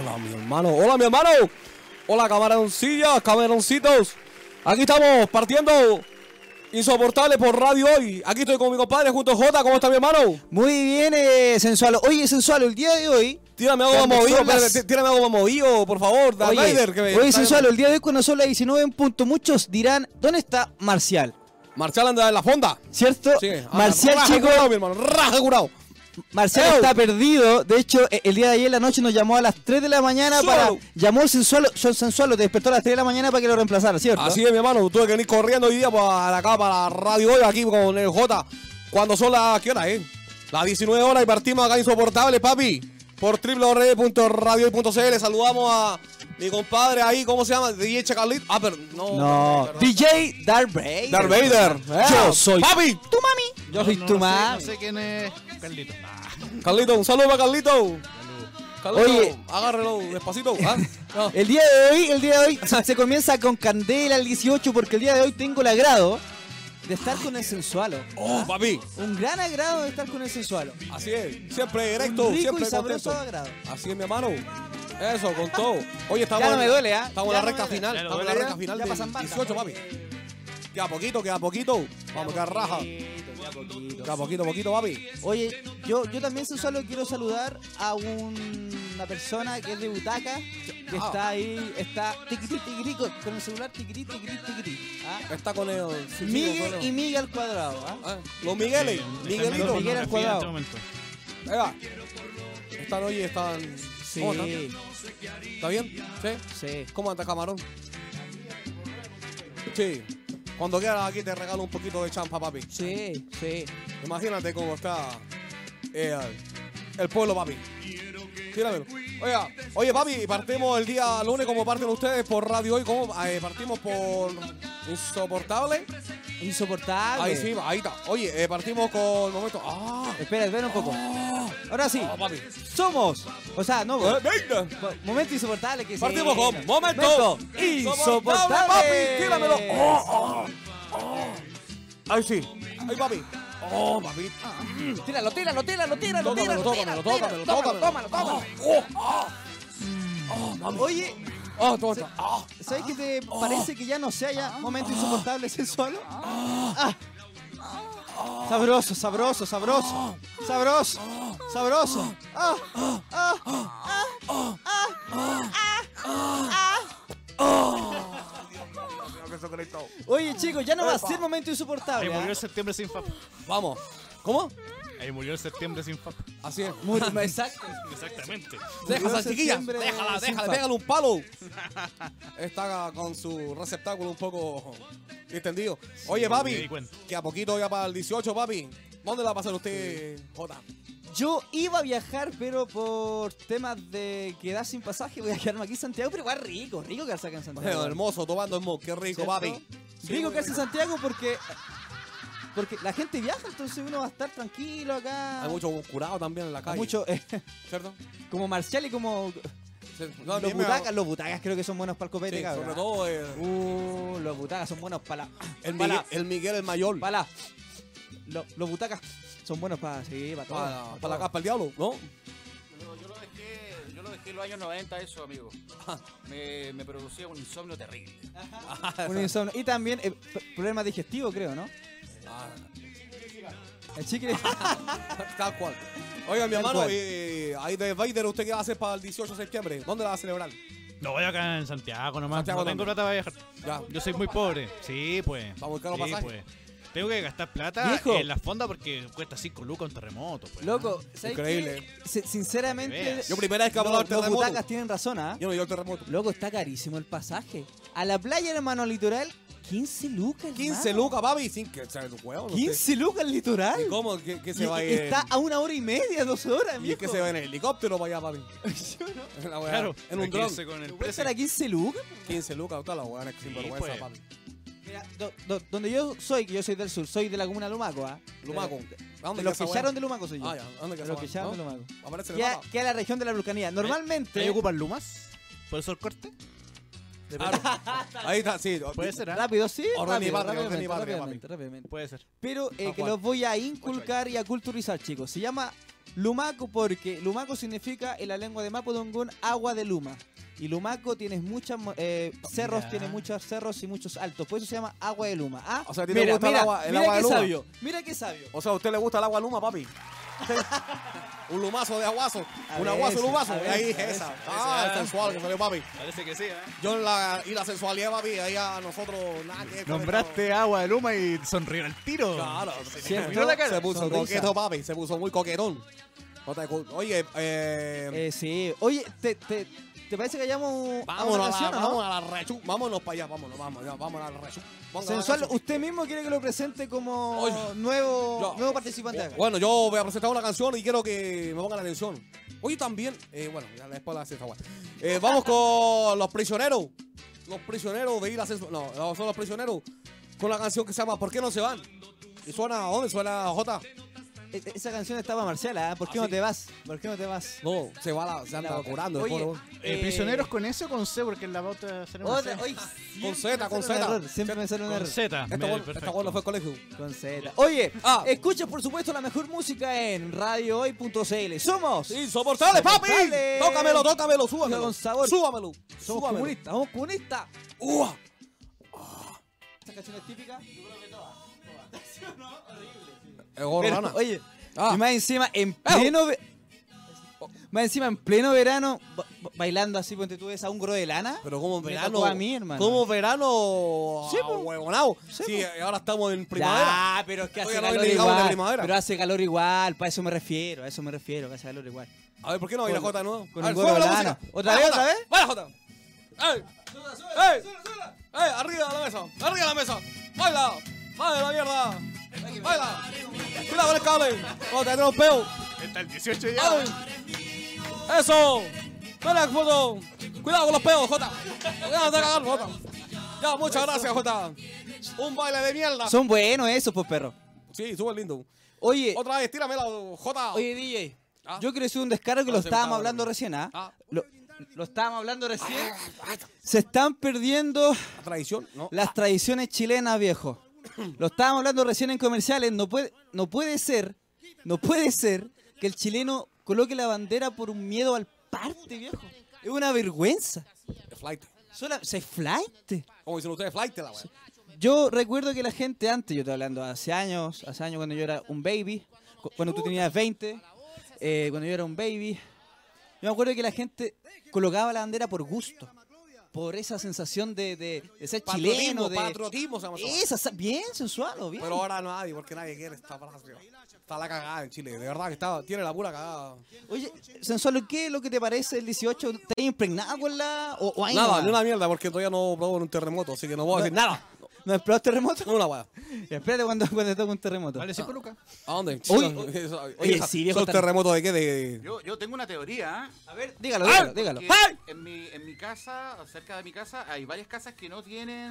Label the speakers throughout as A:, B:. A: Hola, mi hermano. Hola, mi hermano. Hola, camaroncillas, cameroncitos. Aquí estamos partiendo Insoportable por radio hoy. Aquí estoy con mi compadre junto a Jota. ¿Cómo está mi hermano?
B: Muy bien, eh, sensual. Oye, sensual, el día de hoy.
A: Tírame algo
B: Cuando
A: movido,
B: son las-
A: espérate, tírame algo movido, por favor. Darth Vader, que me
B: oye
A: está-
B: sensual, el día de hoy cuando son las 19 en punto, muchos dirán, ¿dónde está Marcial?
A: Marcial anda en la fonda.
B: ¿Cierto?
A: Sí, anda,
B: Marcial,
A: raja
B: chico,
A: curado, mi hermano, raja curado.
B: Marcial
A: ¡Ey!
B: está perdido. De hecho, e- el día de ayer en la noche nos llamó a las 3 de la mañana
A: Suelo.
B: para. Llamó al sensual, John Sensual, lo despertó a las 3 de la mañana para que lo reemplazara, ¿cierto?
A: Así es, mi hermano. Tuve que venir corriendo hoy día para acá, para la radio hoy, aquí con el J. Cuando son las, ¿qué hora eh? Las 19 horas y partimos acá insoportable, papi. Por www.radioy.cl saludamos a mi compadre ahí, ¿cómo se llama? DJ Chacalit. Ah, pero no.
B: No,
A: perdón.
B: DJ Darth Vader.
A: Darth Vader.
B: Ah,
A: Yo soy. ¡Papi!
B: tu mami. Yo soy
C: no,
B: tu
C: no sé,
B: mami.
C: no sé quién es Carlito. Ah,
A: Carlito, un saludo para Carlito. Carlito,
B: Oye.
A: agárrelo despacito. ¿ah? No.
B: El día de hoy, el día de hoy se- se comienza con Candela el 18 porque el día de hoy tengo el agrado de estar con el sensualo.
A: Oh, papi.
B: Un gran agrado de estar con el sensualo.
A: Así es, siempre directo,
B: Un rico
A: siempre
B: y sabroso
A: contento.
B: agrado.
A: Así es, mi hermano. Eso, con todo. Oye, estamos
B: Ya no
A: en-
B: me duele, ¿ah?
A: Estamos en
B: Ya
A: la
B: no me
A: recta
B: duele.
A: final,
C: Ya no
A: estamos en la
C: duele,
A: recta
B: ya.
A: final
B: Ya
A: del
B: pasan bandas.
A: 18, papi. Queda poquito, queda poquito. Vamos, queda raja. Queda poquito, poquito, papi.
B: Oye, yo, yo también sensualo quiero saludar a un- una persona que es de Butaca, que
A: Ah.
B: está ahí, está tiquití, tiquití, con con el celular tiquití, tiquití, tiquití. ¿ah?
A: Está con el... su chico,
B: Miguel
A: con el-
B: y Miguel al cuadrado. ¿ah?
A: Ah, Los Migueles, Miguelito.
B: Miguel al
A: Ahí
B: cuadrado.
C: este
A: va. Están hoy, están... ¿Cómo están? ¿Está bien? ¿Sí?
B: sí.
A: ¿Cómo andas, camarón? Sí. Cuando quieras aquí te regalo un poquito de champa, papi.
B: Sí, sí.
A: Imagínate cómo está eh, el pueblo, papi. Tíramelo. Oiga, oye, papi, partimos el día lunes como parten ustedes por Radio Hoy. ¿Cómo? Eh, partimos por Insoportable.
B: Insoportable.
A: Ahí sí, ahí está. Oye, eh, partimos con el momento. ¡Ah!
B: Espera, espera un poco. Ahora sí.
A: Ah, papi.
B: Somos. O sea, no.
A: Eh,
B: po-
A: venga.
B: po- Momento insoportable que sí.
A: Partimos con momento insoportable, papi. Tíramelo. Oh, oh, oh. Ahí sí. Ahí, papi. Oh, papi.
B: Tíralo, tíralo, tíralo, tíralo,
A: Tócamelo, tócamelo,
B: tíralo. tíralo,
A: tócamelo,
B: tíralo,
A: tócamelo.
B: Tómalo, tómalo.
A: Oh, oh, oh, mami.
B: Oye,
A: Oh, toma, toma. Ah.
B: ¿sabes qué te parece que ya no sea ya momento insoportable sensual? Ah. Sabroso, sabroso, sabroso. Sabroso, sabroso. Ah, ah, ah, ah, ah, ah, ah. Oye, chicos, ya no va a ser momento
C: Ahí
B: insoportable.
C: murió
B: ¿ah?
C: el septiembre sin FAP.
A: Vamos. ¿Cómo?
C: Ahí murió el septiembre sin FAP.
A: Así es.
B: Murió- Exacto.
C: Exactamente.
A: Deja esa
B: Murió
A: chiquilla.
B: septiembre
A: Déjala,
B: sin
A: déjala,
B: pan.
A: pégale un palo. Está con su receptáculo un poco extendido. Oye,
C: me di
A: papi,
C: cuenta.
A: que a poquito ya para el 18, papi. ¿Dónde la va a pasar usted, Jota?
B: Yo iba a viajar, pero por temas de quedar sin pasaje, voy a quedarme aquí en Santiago, pero igual rico, rico que saca en Santiago.
A: Bueno, hermoso, tomando el qué rico,
B: ¿cierto?
A: papi.
B: Rico que hace Santiago porque porque la gente viaja, entonces uno va a estar tranquilo acá.
A: Hay muchos curados también en la
B: Hay
A: calle.
B: mucho, eh,
A: ¿Cierto?
B: como Marcial y como
A: Sí, no, a mí
B: los
A: me-
B: butacas, los butacas creo que son buenos para el
A: sí,
B: copete, este cabrón.
A: sobre todo el,
B: Uh, los butacas son buenos para la
A: el
B: para
A: Miguel,
B: la-
A: el Miguel el mayor.
B: para la- lo- los butacas son buenos para sí, para todo,
A: Para,
B: para
A: para la
B: todo.
A: capa del diablo, ¿no?
D: Yo yo lo dejé, yo lo dejé en los años 90 eso, amigo. Me, me producía un insomnio terrible.
B: Un insomnio. Y también eh, p- problemas digestivos, creo, ¿no?
A: Ah,
B: El chicle.
A: Tal cual. Oiga, mi
B: Tal
A: hermano,
B: cual.
A: eh, ahí de Vader, ¿usted qué va a hacer para el 18 de septiembre? ¿Dónde la va a celebrar?
C: No voy acá en Santiago nomás.
A: Santiago
C: no tengo
A: también.
C: plata para viajar.
A: Ya.
C: Yo soy muy pobre. Sí, pues.
A: Está muy caro
C: sí,
A: pasaje.
C: pues. Tengo que gastar plata
B: Viejo.
C: en la fonda porque cuesta 5 lucas un terremoto. Pues.
B: Loco, ¿sabes
A: Increíble.
B: qué? Se- Sinceramente,
C: Veas.
A: Yo primera vez que
B: los,
A: hablo del
B: los
A: terremoto.
B: butacas tienen razón, ¿ah?
A: Yo no, yo el terremoto.
B: Loco, está carísimo el pasaje. A la playa, hermano, al litoral, 15 lucas.
A: 15
B: hermano.
A: lucas, papi, sin que sea tu huevo. no sé.
B: 15 lucas al
A: ¿Y
B: litoral.
A: cómo? ¿Qué, qué se
B: Y-
A: va a
B: y
A: ir?
B: Está a una hora y media, dos horas,
A: ¿Y es
B: viejo.
A: que se va en el helicóptero para allá, papi? La weá,
C: Claro.
A: En un
C: aquí
A: dron.
C: se Con el
B: ¿Puede
C: precio.
B: estar a 15 lucas?
A: 15 lucas, está la weá, es que
C: Sí,
A: sinvergüenza,
C: pues.
A: papi.
B: Mira, do- do- donde yo soy, que yo soy del sur, soy de la comuna Lumaco, ¿ah?
A: Lumaco. ¿A
B: De
A: dónde
B: los que echaron de Lumaco soy yo.
A: Ah, ya, ¿a ¿dónde que
B: De
A: esa
B: los
A: weá?
B: que echaron de
A: Este, ¿No? Eh,
B: Lumaco.
A: Aparece en el
B: Queda,
A: mapa.
B: queda la región de la vulcanía. Normalmente.
C: ¿Eh? ¿Ahí ocupan lumas? ¿Por eso el corte?
A: Claro. Ahí está, sí.
C: Puede ser, ¿ah?
B: Rápido, sí.
A: Orden y
B: Rápido,
A: patria, orden y
B: rápidamente,
A: patria,
B: rápidamente, rápidamente.
C: Puede ser.
B: Pero eh,
A: Tal
B: que
A: cual.
B: los voy a inculcar y a culturizar, chicos. Se llama Lumaco porque Lumaco significa en la lengua de Mapudungún agua de Luma. Y Lumaco tiene muchos cerros,
C: Ya.
B: tiene muchos cerros y muchos altos. Por eso se llama agua de Luma. Ah,
A: O sea, ¿a ti te gusta el agua- el
B: mira
A: agua de
B: qué
A: Luma?
B: sabio, mira qué sabio.
A: O sea, ¿a usted le gusta el agua luma, papi? un lumazo de aguazo.
B: A
A: un aguazo,
B: veces,
A: lumazo.
B: a
A: ahí,
B: veces, a
A: esa.
B: veces.
A: Ah, el sensual que salió, papi.
C: Parece que sí, ¿eh?
A: Yo en la, y la sensualidad, papi, ahí a nosotros nada que ver con
C: Nombraste agua de Luma y sonrió al tiro. Claro.
A: esto.
B: Siempre
A: Miró la cara. Se puso
B: sonrisa.
A: coqueto, papi. Se puso muy coquetón. No te cu- Oye, eh,
B: Eh, sí. Oye, ¿te, te, te parece que hayamos
A: vámonos, a la,
B: canción, o no?
A: vámonos a la rechu. Vámonos para allá, vámonos, vámonos, vámonos a la rechu. Ponga la
B: Sensual,
A: canción.
B: usted mismo quiere que lo presente como
A: Oye,
B: nuevo,
A: yo-
B: nuevo participante acá.
A: Bueno, yo voy a presentar una canción y quiero que me pongan atención. Oye, también, eh, bueno, ya después la hace esta guay. Eh, Vamos con los prisioneros. Los prisioneros de Isla Sensual. No, no, son los prisioneros. Con la canción que se llama ¿Por qué no se van? ¿Y suena dónde? ¿Suena J?
B: E- Esa canción estaba Marcela, ¿eh? ¿por qué
A: Ah,
B: no
A: sí.
B: te vas? ¿Por qué no te vas?
A: No, se va la, se anda
B: boca.
A: curando. el
B: Oye,
A: pobre.
B: eh,
C: ¿Prisioneros con S o con C? Porque en la bauta seremos
B: Otra, oye, siempre
A: Con Z, con
B: me sale un
A: Z.
B: error, Siempre me sale un
C: Con
B: error.
C: Z.
A: Esta guay- Esta guay este no fue al colegio.
B: Con Z. Oye,
A: Ah.
B: escucha por supuesto la mejor música en radiohoy.cl. Somos
A: ¡Insoportables, papi!
B: Insoportables.
A: Tócamelo, tócamelo, súbamelo.
B: Con sabor.
A: Súbamelo.
B: somos
A: súbamelo.
B: comunistas, somos comunistas.
A: ¡Uah!
B: Esta canción es típica.
A: Es gorro,
B: Pero,
A: rana.
B: oye,
A: Ah.
B: y más encima en pleno ve- más encima en pleno verano ba- ba- bailando así ponte tú ves a un gro de lana.
A: Pero como
B: Me
A: verano.
B: tocó a mí, hermano.
A: Como verano.
B: Sí, po.
A: huevonao. Sí,
B: Sí,
A: eh, ahora estamos en primavera.
B: Ah, pero es que hace
A: Oiga, no,
B: calor
A: obligado en la
B: igual.
A: primavera.
B: Pero hace calor igual, para eso me refiero, a eso me refiero, que hace calor igual.
A: A ver, ¿por qué no baila
B: Con-
A: Jota de nuevo?
B: con
A: a ver,
B: un huevo
A: sube la
B: de lana.
A: música.
B: ¿Otra
A: Baila,
B: vez,
A: Jota.
B: otra vez?
A: ¡Baila, Jota! ¡Ey! ¡Ey! ¡Ey! ¡Arriba de la mesa! ¡Arriba de la mesa! ¡Baila! ¡Baila la mierda! ¡Baila! ¡Cuidado con el cable! ¡No te trompeo!
C: Está el 18
A: ¡Ay! ¡Eso! ¡Dale, foto! ¡Cuidado con los peos, Jota! ¡Ya, te cagar, Jota! Ya, muchas gracias, Jota. Un baile de mierda.
B: Son buenos esos, pues perro.
A: Sí, súper lindo.
B: Oye,
A: Otra vez, tíramela, Jota.
B: oye DJ,
A: Oh, Ah.
B: yo quiero hacer un descargo que
A: Ah,
B: lo
A: se me
B: estábamos
A: estaba
B: hablando
A: dormido.
B: recién, ¿ah?
A: Ah.
B: Lo, lo estábamos hablando recién. Se están perdiendo
A: Tradición, ¿no?
B: las tradiciones chilenas, viejo. Lo estábamos hablando recién en comerciales. No puede, no puede ser, no puede ser que el chileno coloque la bandera por un miedo al parte, viejo. Es una vergüenza.
A: Flight.
B: Sola- se flight.
A: Como dicen ustedes, flight la weá.
B: Yo recuerdo que la gente antes, yo estoy hablando hace años, hace años cuando yo era un baby, cu- cuando tú tenías 20, eh, cuando yo era un baby, yo me acuerdo que la gente colocaba la bandera por gusto, por esa sensación de, de- de ser chileno,
A: Patriotismo,
B: de...
A: patriotismo se llama esa
B: Esa, sa- bien sensual, o bien.
A: Pero ahora nadie, porque nadie quiere esta frase. weón. Está la cagada en Chile, de verdad que está, tiene la pura cagada.
B: Oye, sensual, ¿qué es lo que te parece el 18? ¿Estás impregnado con la...? O, o ahí
A: nada,
B: nomás?
A: ni una mierda, porque todavía no probo en un terremoto, así que no puedo decir nada.
B: ¿No explotó terremoto?
A: No, una weá.
B: Espérate cuando, cuando toque un terremoto.
C: Vale, 5 lucas.
A: ¿A dónde?
B: Oye,
A: Eso-
B: oye,
A: esa-
B: sí, viejo,
A: ¿Son
B: tan-
A: terremotos de qué? De...
D: Yo, yo tengo una teoría, ¿ah?
B: A ver, dígalo, dígalo, dígalo.
D: Que En mi, en mi casa, cerca de mi casa, hay varias casas que no tienen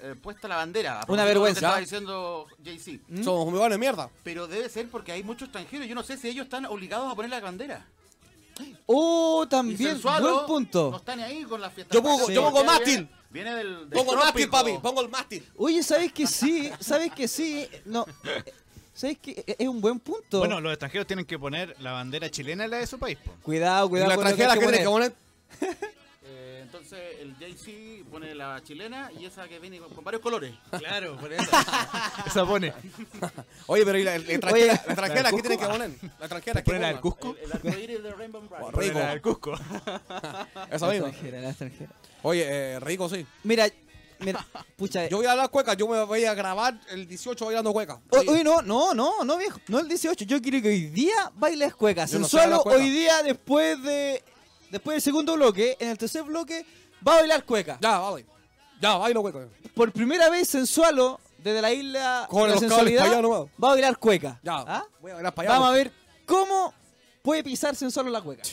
D: eh, puesta la bandera.
B: Una vergüenza.
D: Estaba diciendo Jay-Z.
B: ¿Mm?
A: Somos humigones de mierda.
D: Pero debe ser porque hay muchos extranjeros. Yo no sé si ellos están obligados a poner la bandera.
B: Oh,
D: Y
B: también,
D: Sensualo
B: buen punto.
D: No están ahí con las fiestas.
A: Yo pongo-
B: yo
A: pongo
D: Porque
A: mástil.
D: Viene, viene del, del
A: Pongo el mástil,
D: trópico.
A: papi, pongo el mástil.
B: Oye, ¿sabes que sí? ¿Sabes que sí? No. ¿Sabes que es un buen punto?
C: Bueno, los extranjeros tienen que poner la bandera chilena en la de su país. po.
B: cuidado,
A: ¿Y la
B: cuidado. con lo
A: extranjera
B: hay
A: qué tiene que poner?
D: Eh, entonces el Jay-Z pone la chilena y esa que viene con, con varios colores.
C: Claro, por eso. Esa pone.
A: Oye, pero ¿y la, la extranjera,
B: Oye,
A: la extranjera qué tiene que poner? La extranjera, ¿qué
C: ¿Poner la del
A: ponga?
C: Cusco?
D: El, el arcoíris de Rainbow Bright.
A: Rico.
C: Poner la del Cusco.
A: Esa
B: La
A: misma.
B: extranjera, la extranjera.
A: Oye, eh, rico, sí.
B: Mira, mira, pucha.
A: Yo voy a las cuecas, yo me voy a grabar el 18 bailando cueca.
B: Hoy,
A: Ahí.
B: hoy no, no, no, no, viejo. No el 18. Yo quiero que hoy día bailes cuecas.
A: Yo no sé bailar
B: Sensualo,
A: cueca.
B: hoy día, después de después del segundo bloque, en el tercer bloque, va a bailar cueca.
A: Ya, vale. Ya, bailo cueca.
B: Por primera vez, Sensualo, desde la isla
A: Con
B: de la
A: los cables
B: sensualidad,
A: pa' allá nomás.
B: va a bailar cueca.
A: Ya.
B: ¿Ah?
A: Voy a bailar para allá.
B: Vamos a ver cómo puede pisar Sensualo la cueca.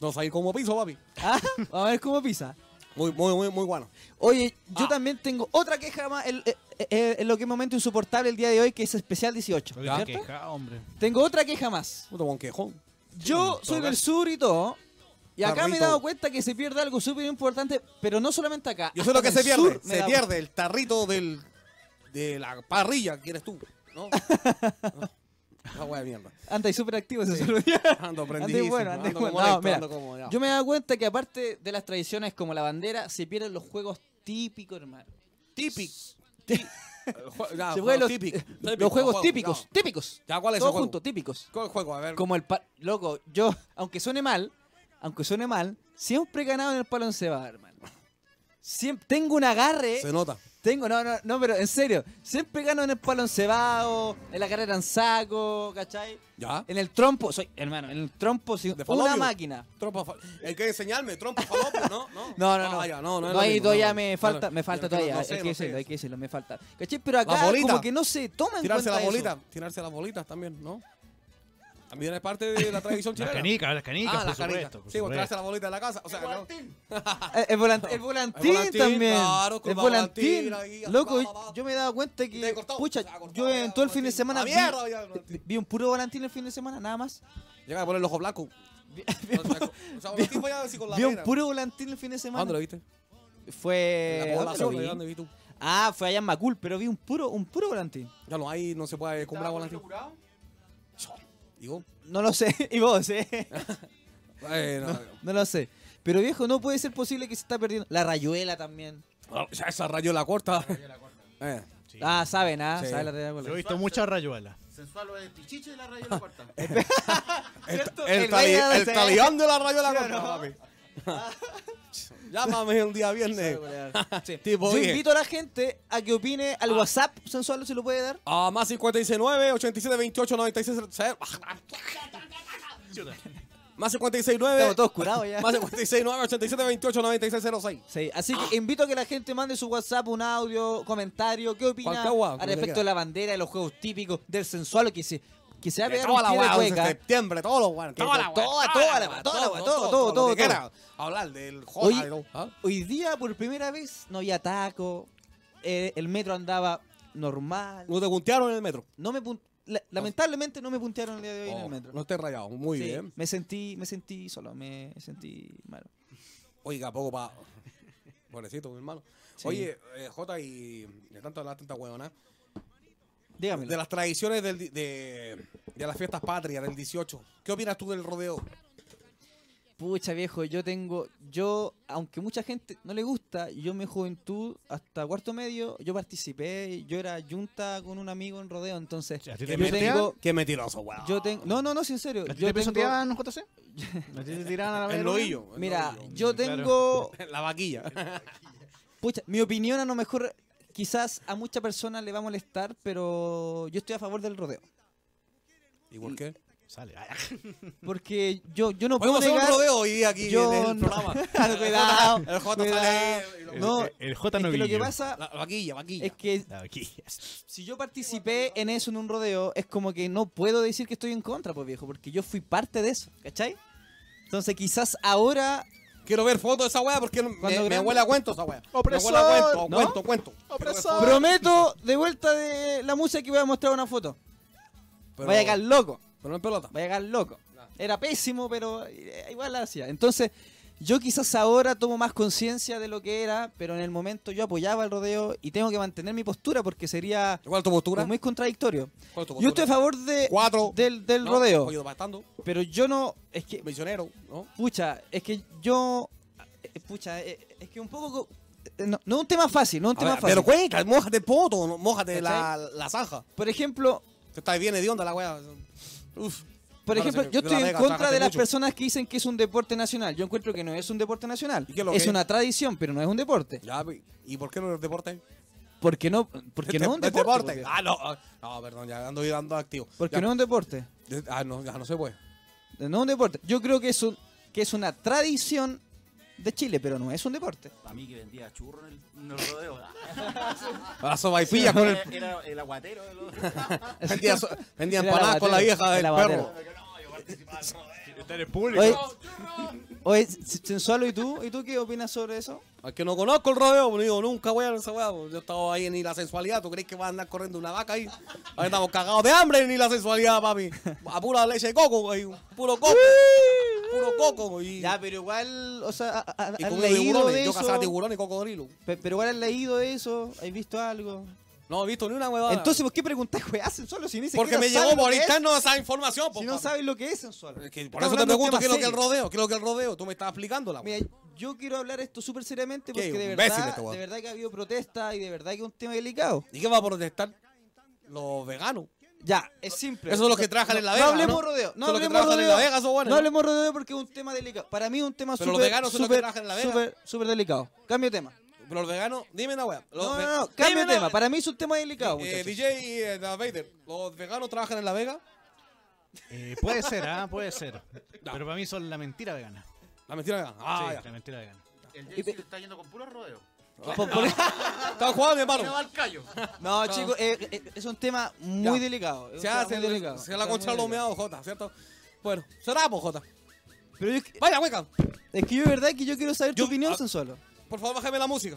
A: No salir como piso, papi.
B: ¿Ah? Vamos a ver cómo pisa.
A: Muy, muy, muy, muy bueno.
B: Oye, yo
A: Ah.
B: también tengo otra queja más en, eh, eh, en lo que es momento insoportable el día de hoy, que es especial 18.
C: Oye, qué
B: ¿cierto?
C: queja, hombre.
B: Tengo otra queja más.
A: Puto con quejón.
B: Yo
A: en todo
B: soy del
A: caso.
B: sur y todo. Y acá me he
A: Carrito.
B: dado cuenta que se pierde algo súper importante, pero no solamente acá.
A: Yo sé lo
B: hasta
A: que
B: en
A: se
B: el
A: pierde.
B: sur me
A: se
B: da-
A: pierde el tarrito del, de la parrilla que eres tú. ¿no? Una wea Ah, de mierda.
E: Anda y súper activo ese solo día.
A: Ando
E: Ande
A: prendidísimo.
E: bueno, ande
A: ando
E: bueno.
A: como
E: No,
A: esto,
E: mira,
A: ando como- ya.
B: Yo me he dado cuenta que aparte de las tradiciones como la bandera, se pierden los juegos típicos, hermano.
A: Típic. Ah,
B: se juegan los, los juegos típicos,
A: Ya,
B: típicos.
A: Ya, Ah, ¿cuál es
B: Todo
A: el juego?
B: junto, típicos.
A: ¿Cuál juego? A ver.
B: Como el pa- loco, yo, aunque suene mal, aunque suene mal, siempre he ganado en el palo en cebada, hermano. Siempre, tengo un agarre.
A: Se nota.
B: Tengo, no, no, no, pero en serio, siempre gano en el palo encebado, en la carrera en saco, ¿cachai?
A: Ya.
B: En el trompo, soy, hermano, en el trompo soy
A: De
B: una
A: Falopio.
B: máquina.
A: Trompa fa- Hay que enseñarme, trompa falopio, ¿no?
B: No, no, no.
A: Ah, ya, no, no es lo
B: ahí
A: mismo,
B: todavía
A: no,
B: me
A: no.
B: falta,
A: No,
B: me falta
A: no, no
B: todavía.
A: sé,
B: hay que
A: no
B: decirlo,
A: sé.
B: hay que decirlo, me falta. ¿Cachai? Pero acá
A: Las bolitas.
B: como que no se toma en
A: Tirarse
B: cuenta
A: las
B: eso.
A: bolitas, tirarse las bolitas también, ¿no? También es parte de la tradición
C: Las
A: chilena.
C: canicas, las canicas,
A: Ah,
C: por
A: las canicas.
C: supuesto. por
A: Sí, vos
C: supuesto.
A: tirarse la bolita de la casa. O sea, no.
B: Eh, El, volan- el volantín,
A: El volantín,
B: también.
A: claro, con
B: el
A: la
B: volantín.
A: volantina ahí,
B: Loco,
A: va, va, va.
B: yo me he dado cuenta
A: Y te
B: que.
A: he cortado.
B: Pucha,
A: Se ha cortado,
B: yo en
A: ya,
B: todo el fin de
A: volantín.
B: semana.
A: ¡Ah,
B: vi-
A: mierda, ya, volantín!
B: Vi un puro volantín el fin de semana, nada más.
A: Llega a poner el ojo blanco. O sea, o sea, los tipos ya así con la
B: Vi un
A: vena.
B: puro volantín el fin de semana.
A: ¿Dónde lo viste?
B: Fue.
A: En la bola
B: ¿dónde lo
A: sola,
B: vi?
A: ¿dónde vi tú?
B: Ah, fue allá en Macul, pero vi un puro, un puro volantín.
A: Ya no hay, no se puede comprar volantín.
D: curado?
A: Digo,
B: No lo sé. Y vos, eh.
A: eh, no,
B: No lo sé. Pero viejo, no puede ser posible que se está perdiendo. La rayuela también.
A: no. Ya esa rayola corta. Eh,
C: Sí.
B: Ah, saben, ah,
A: Sí.
B: saben la rayuela.
C: Yo he visto muchas rayuelas.
D: Sensual es el pichiche de la Este radio
A: Ah.
D: de la cuarta.
A: El,
B: ¿Cierto?
A: el
B: El
A: tali-
B: rey de-
A: el talión de la rayola corta, papi. Llámame un día viernes.
B: Sí. Ah.
A: Tipo,
B: Yo
A: dije.
B: invito a la gente a que opine al WhatsApp sensual, si lo puede dar.
A: A más 569 87 28 96 cero. Más 569
B: Estamos todos curados ya.
A: Más 569 87 28 96 06.
B: Sí, así que invito a que la gente mande su WhatsApp, un audio, comentario, qué opina
A: Cualquier guau,
B: al
A: como te
B: respecto
A: quiera.
B: de la bandera, de los juegos típicos, del sensual, que se, que se va a
A: De
B: pegar
A: toda
B: un
A: la
B: pie de
A: weá, 11 de
B: cueca.
A: septiembre, todos los weones.
B: Toda la weá, toda la weá, toda la weá, todo, todo,
A: lo que
B: todo,
A: quiera. Hablar del
B: Hoy,
A: joder. ¿ah?
B: hoy día, por primera vez, no había taco, eh, el metro andaba normal.
A: No te puntearon en el metro.
B: No me pun- la- lamentablemente no me puntearon el día de hoy en
A: Oh,
B: el metro.
A: No estés rayado, muy
B: Sí,
A: bien.
B: Me sentí, me sentí solo, me sentí malo.
A: Oiga, poco pa. Pobrecito, mi hermano.
B: Sí.
A: Oye, eh, Jota, y de tanto hablar, tanta huevona.
B: Dígamelo.
A: De las tradiciones del di- de, de las fiestas patrias del 18. ¿Qué opinas tú del rodeo?
B: Pucha viejo, yo tengo, yo, aunque mucha gente no le gusta, yo en mi juventud, hasta cuarto medio, yo participé, yo era junta con un amigo en rodeo, entonces
C: ¿A ti te
B: yo
C: pisoteaban?
B: tengo,
A: Qué mentiroso, weón.
B: yo tengo, no, no, no, sí, en serio,
C: ¿A ti
B: yo tengo,
C: te pisoteaban, JC? ¿A ti te tiraban a la
A: El
C: verga?
A: loillo. el
B: mira,
A: loillo.
B: yo
C: Claro.
B: tengo,
A: La vaquilla.
B: pucha, mi opinión a lo mejor, quizás a mucha persona le va a molestar, pero yo estoy a favor del rodeo,
A: ¿Y por qué?
C: Sale.
B: porque yo, yo no
A: Podemos
B: puedo
A: hacer un
B: negar,
A: rodeo hoy día aquí
B: yo
A: en el
B: no-
A: programa.
B: Cuidado,
A: El Jota
B: cuidado.
A: sale ahí y lo-
B: No,
C: el, el Eh, J
B: es
C: no
B: que lo que
C: vivió.
B: pasa
A: La vaquilla, vaquilla.
B: es que
C: La vaquilla.
B: si yo participé en eso, en un rodeo, es como que no puedo decir que estoy en contra, pues viejo, porque yo fui parte de eso, ¿cachai? Entonces quizás ahora...
A: Quiero ver fotos de esa weá porque me,
B: Cuando
A: me
B: grande-
A: huele a cuento esa weá.
C: Opresor,
A: me huele a cuento,
B: ¿no?
A: cuento, cuento.
C: Opresor.
B: Prometo de vuelta de la música que voy a mostrar una foto.
A: Pero-
B: Vaya a quedar loco,
A: Pero no en pelota.
B: vaya a quedar loco. Era pésimo, pero eh, igual la hacía. Entonces yo quizás ahora tomo más conciencia de lo que era, pero en el momento yo apoyaba el rodeo y tengo que mantener mi postura porque sería
A: ¿Cuál es tu postura?
B: muy contradictorio.
A: ¿Cuál es tu
B: Yo
A: postura?
B: estoy a favor de,
A: Cuatro.
B: del, del
A: ¿no?
B: rodeo,
A: Oye, bastando.
B: pero yo no... Es que
A: Misionero, ¿no?
B: Pucha, es que yo. eh, Pucha, eh, es que un poco. co- eh, No, no es un tema fácil, no es un
A: A
B: tema
A: ver,
B: fácil.
A: pero cuenca, mojate el poto, no- mojate la, la zanja.
B: por ejemplo,
A: Te estás bien hedionda la weá. Uf.
B: por
A: Bueno,
B: ejemplo
A: sí,
B: yo
A: de
B: estoy
A: la
B: en
A: Vega,
B: contra de
A: trágate
B: las
A: mucho.
B: personas que dicen que es un deporte nacional. Yo encuentro que no es un deporte nacional.
A: ¿Y qué es lo
B: es
A: que es?
B: una tradición, pero no es un deporte.
A: Ya, ¿y por qué no es deporte?
B: Porque no,
A: Este-
B: porque no es un
A: este
B: deporte.
A: deporte.
B: porque-
A: Ah, no. ah, No, perdón, ya ando yo dando activo.
B: Porque
A: Ya.
B: no es un deporte.
A: Ah, no, ya no se puede.
B: No es un deporte. Yo creo que es, un- que es una tradición de Chile, pero no es un deporte.
D: Para mí que vendía churro en el, en el rodeo.
A: A sopaipilla con el.
D: Era, era el aguatero de los.
A: Vendía so- vendía
B: Era la
A: empanadas con la
B: batera,
A: vieja del
B: la
A: perro.
D: No, yo participaba del rodeo.
C: Estar en público.
B: Oye, oye, Sensualo, ¿y tú? ¿Y tú qué opinas sobre eso?
A: Al que no conozco el rodeo, pues, digo, nunca voy a esa weá. pues, Yo estaba ahí ni la sensualidad. ¿Tú crees que va a andar corriendo una vaca ahí? Ahí estamos cagados de hambre ni la sensualidad, papi. A pura leche de coco, ahí, Puro coco. Puro coco. Y,
B: Ya, pero igual, o sea, ha- ha-
A: y
B: has
A: como
B: leído
A: tiburones.
B: de
A: Yo
B: eso.
A: cazaba tiburones y cocodrilo.
B: Pe- Pero igual has leído de eso, has visto algo.
A: No he visto ni una huevada.
E: Entonces, ¿por qué preguntáis weá sensualo si ni siquiera
A: Ah. porque me
E: sabes
A: llegó
E: lo
A: por
E: que es?
A: interno esa información. po,
E: Si no
A: papá.
E: sabes lo que es sensualo.
A: Es que
E: Estamos
A: por eso te
E: hablando de un
A: pregunto qué es lo que
E: tema
A: el rodeo, qué es lo que el rodeo. Tú me estás pues. explicando la
B: Mira, yo quiero hablar esto súper seriamente
A: Qué
B: porque de
A: imbécil
B: verdad,
A: este weón.
B: de verdad que ha habido protestas y de verdad que es un tema delicado.
A: ¿Y qué va a protestar? Los veganos.
B: Ya, es simple.
A: Eso es lo que trabajan en la Vega,
B: No hablemos
A: ¿no?
B: rodeo. No
A: Son los que
B: hablemos
A: trabajan en
B: rodeo.
A: la Vega, esos buenos,
B: no
A: ¿no?
B: hablemos rodeo porque es un tema delicado. Para mí es un tema
A: Pero los
B: súper,
A: veganos son los que
B: súper,
A: trabajan en la Vega.
B: súper, súper delicado. Cambio de tema.
A: Pero los veganos, dime una hueá. Los
B: No,
A: ve-
B: no, no.
A: dime
B: Cambio de
A: una-
B: tema. Para mí es un tema delicado.
A: Eh,
B: muchachos.
A: DJ eh, Darth Vader, ¿los veganos trabajan en la Vega?
C: Eh, puede ser, ¿ah? Puede ser. Pero para mí son la mentira vegana.
A: La mentira vegana. Ah,
C: sí,
A: ya.
C: la mentira vegana.
D: El Jaycee te está yendo con puro rodeo.
B: Por- por-
A: Están jugando, mi
D: No va
A: hermano.
D: al callo.
B: No, chicos, eh, eh, es un tema muy
A: Ya.
B: delicado. es
A: Se
B: un tema
A: hace,
B: muy delicado,
A: se la
B: un tema
A: contra
B: muy
A: los
B: delicado.
A: meados, Jota, ¿cierto? Bueno, cerramos, Jota.
B: Pero yo, es que-
A: Vaya, hueca.
B: es que yo de verdad que yo quiero saber
A: Yo-
B: tu opinión,
A: ah.
B: Sensualo.
A: Por favor, bájame la música.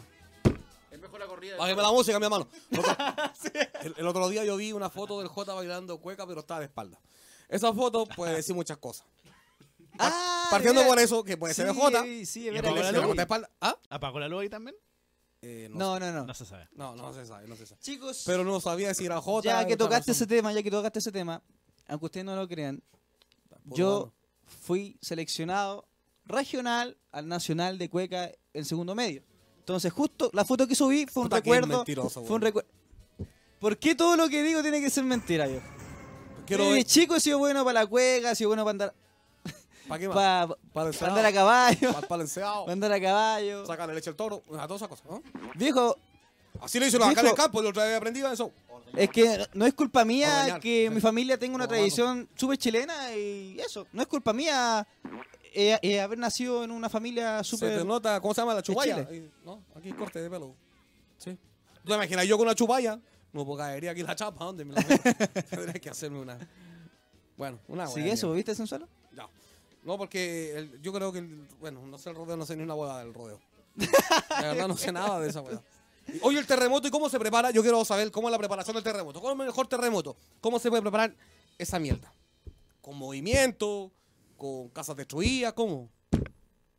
D: Es mejor la corrida. de
A: Bájame la música, mi hermano. Porque el, el otro día yo vi una foto del Jota bailando cueca, pero estaba de espalda. Esa foto puede decir muchas cosas.
B: Ah,
A: Partiendo
B: de
A: por
B: veras.
A: eso, que puede ser el
B: Sí,
A: Jota.
B: Sí, es
C: Y
A: que
B: verdad
A: le-
C: ahora
A: se la
B: que
C: lo
B: sí.
A: corta de espalda. ¿Ah?
C: ¿Apagó la luz ahí también?
A: Eh, no,
B: No, no, no.
C: No se sabe.
A: no, no se sabe, no se sabe.
B: Chicos,
A: Pero no sabía si era Jota.
B: ya que
A: otra
B: tocaste ese
A: persona.
B: tema, ya que tocaste ese tema, aunque ustedes no lo crean,
A: Puta,
B: yo fui seleccionado regional al nacional de cueca en segundo medio. Entonces, justo la foto que subí fue un
A: Puta, qué
B: recuerdo.
A: mentiroso,
B: Fue un
A: weón.
B: recuerdo. ¿Por qué todo lo que digo tiene que ser mentira, viejo?
A: mano. Quiero
B: Desde
A: ver.
B: chico he sido bueno para la cueca, he sido bueno para andar,
A: ¿Para qué más?
B: pa-
A: Para
B: pa andar a caballo,
A: Para palenceado.
B: para andar a caballo.
A: Sacarle leche al toro. A todas esas cosas, ¿no?
B: Viejo,
A: Así lo hizo los acá en el
B: Viejo.
A: campo. y La otra vez aprendí eso.
B: es que no es culpa mía
A: Ordeñar.
B: que mi familia tenga
A: No,
B: una
A: no.
B: tradición súper chilena y eso. No es culpa mía eh, eh, haber nacido en una familia
A: Se
B: súper...
A: te nota, ¿cómo se llama? La chupalla. Eh, No, aquí corte de pelo. Sí. ¿Tú te imaginas yo con una chupalla? No, porque caería aquí la chapa. ¿Dónde me la meto? Tendría que hacerme una. Bueno, una
B: ¿Sigue
A: hueá,
B: eso?
A: mira.
B: ¿Viste, Sensualo?
A: Ya. No, porque el- yo creo que, el- bueno, no sé el rodeo, no sé ni una hueá del rodeo. La verdad no sé nada de esa hueá. Y, Oye, el terremoto, ¿y cómo se prepara? Yo quiero saber cómo es la preparación del terremoto. ¿Cómo es el mejor terremoto? ¿Cómo se puede preparar esa mierda? ¿Con movimiento? ¿Con casas destruidas? ¿Cómo?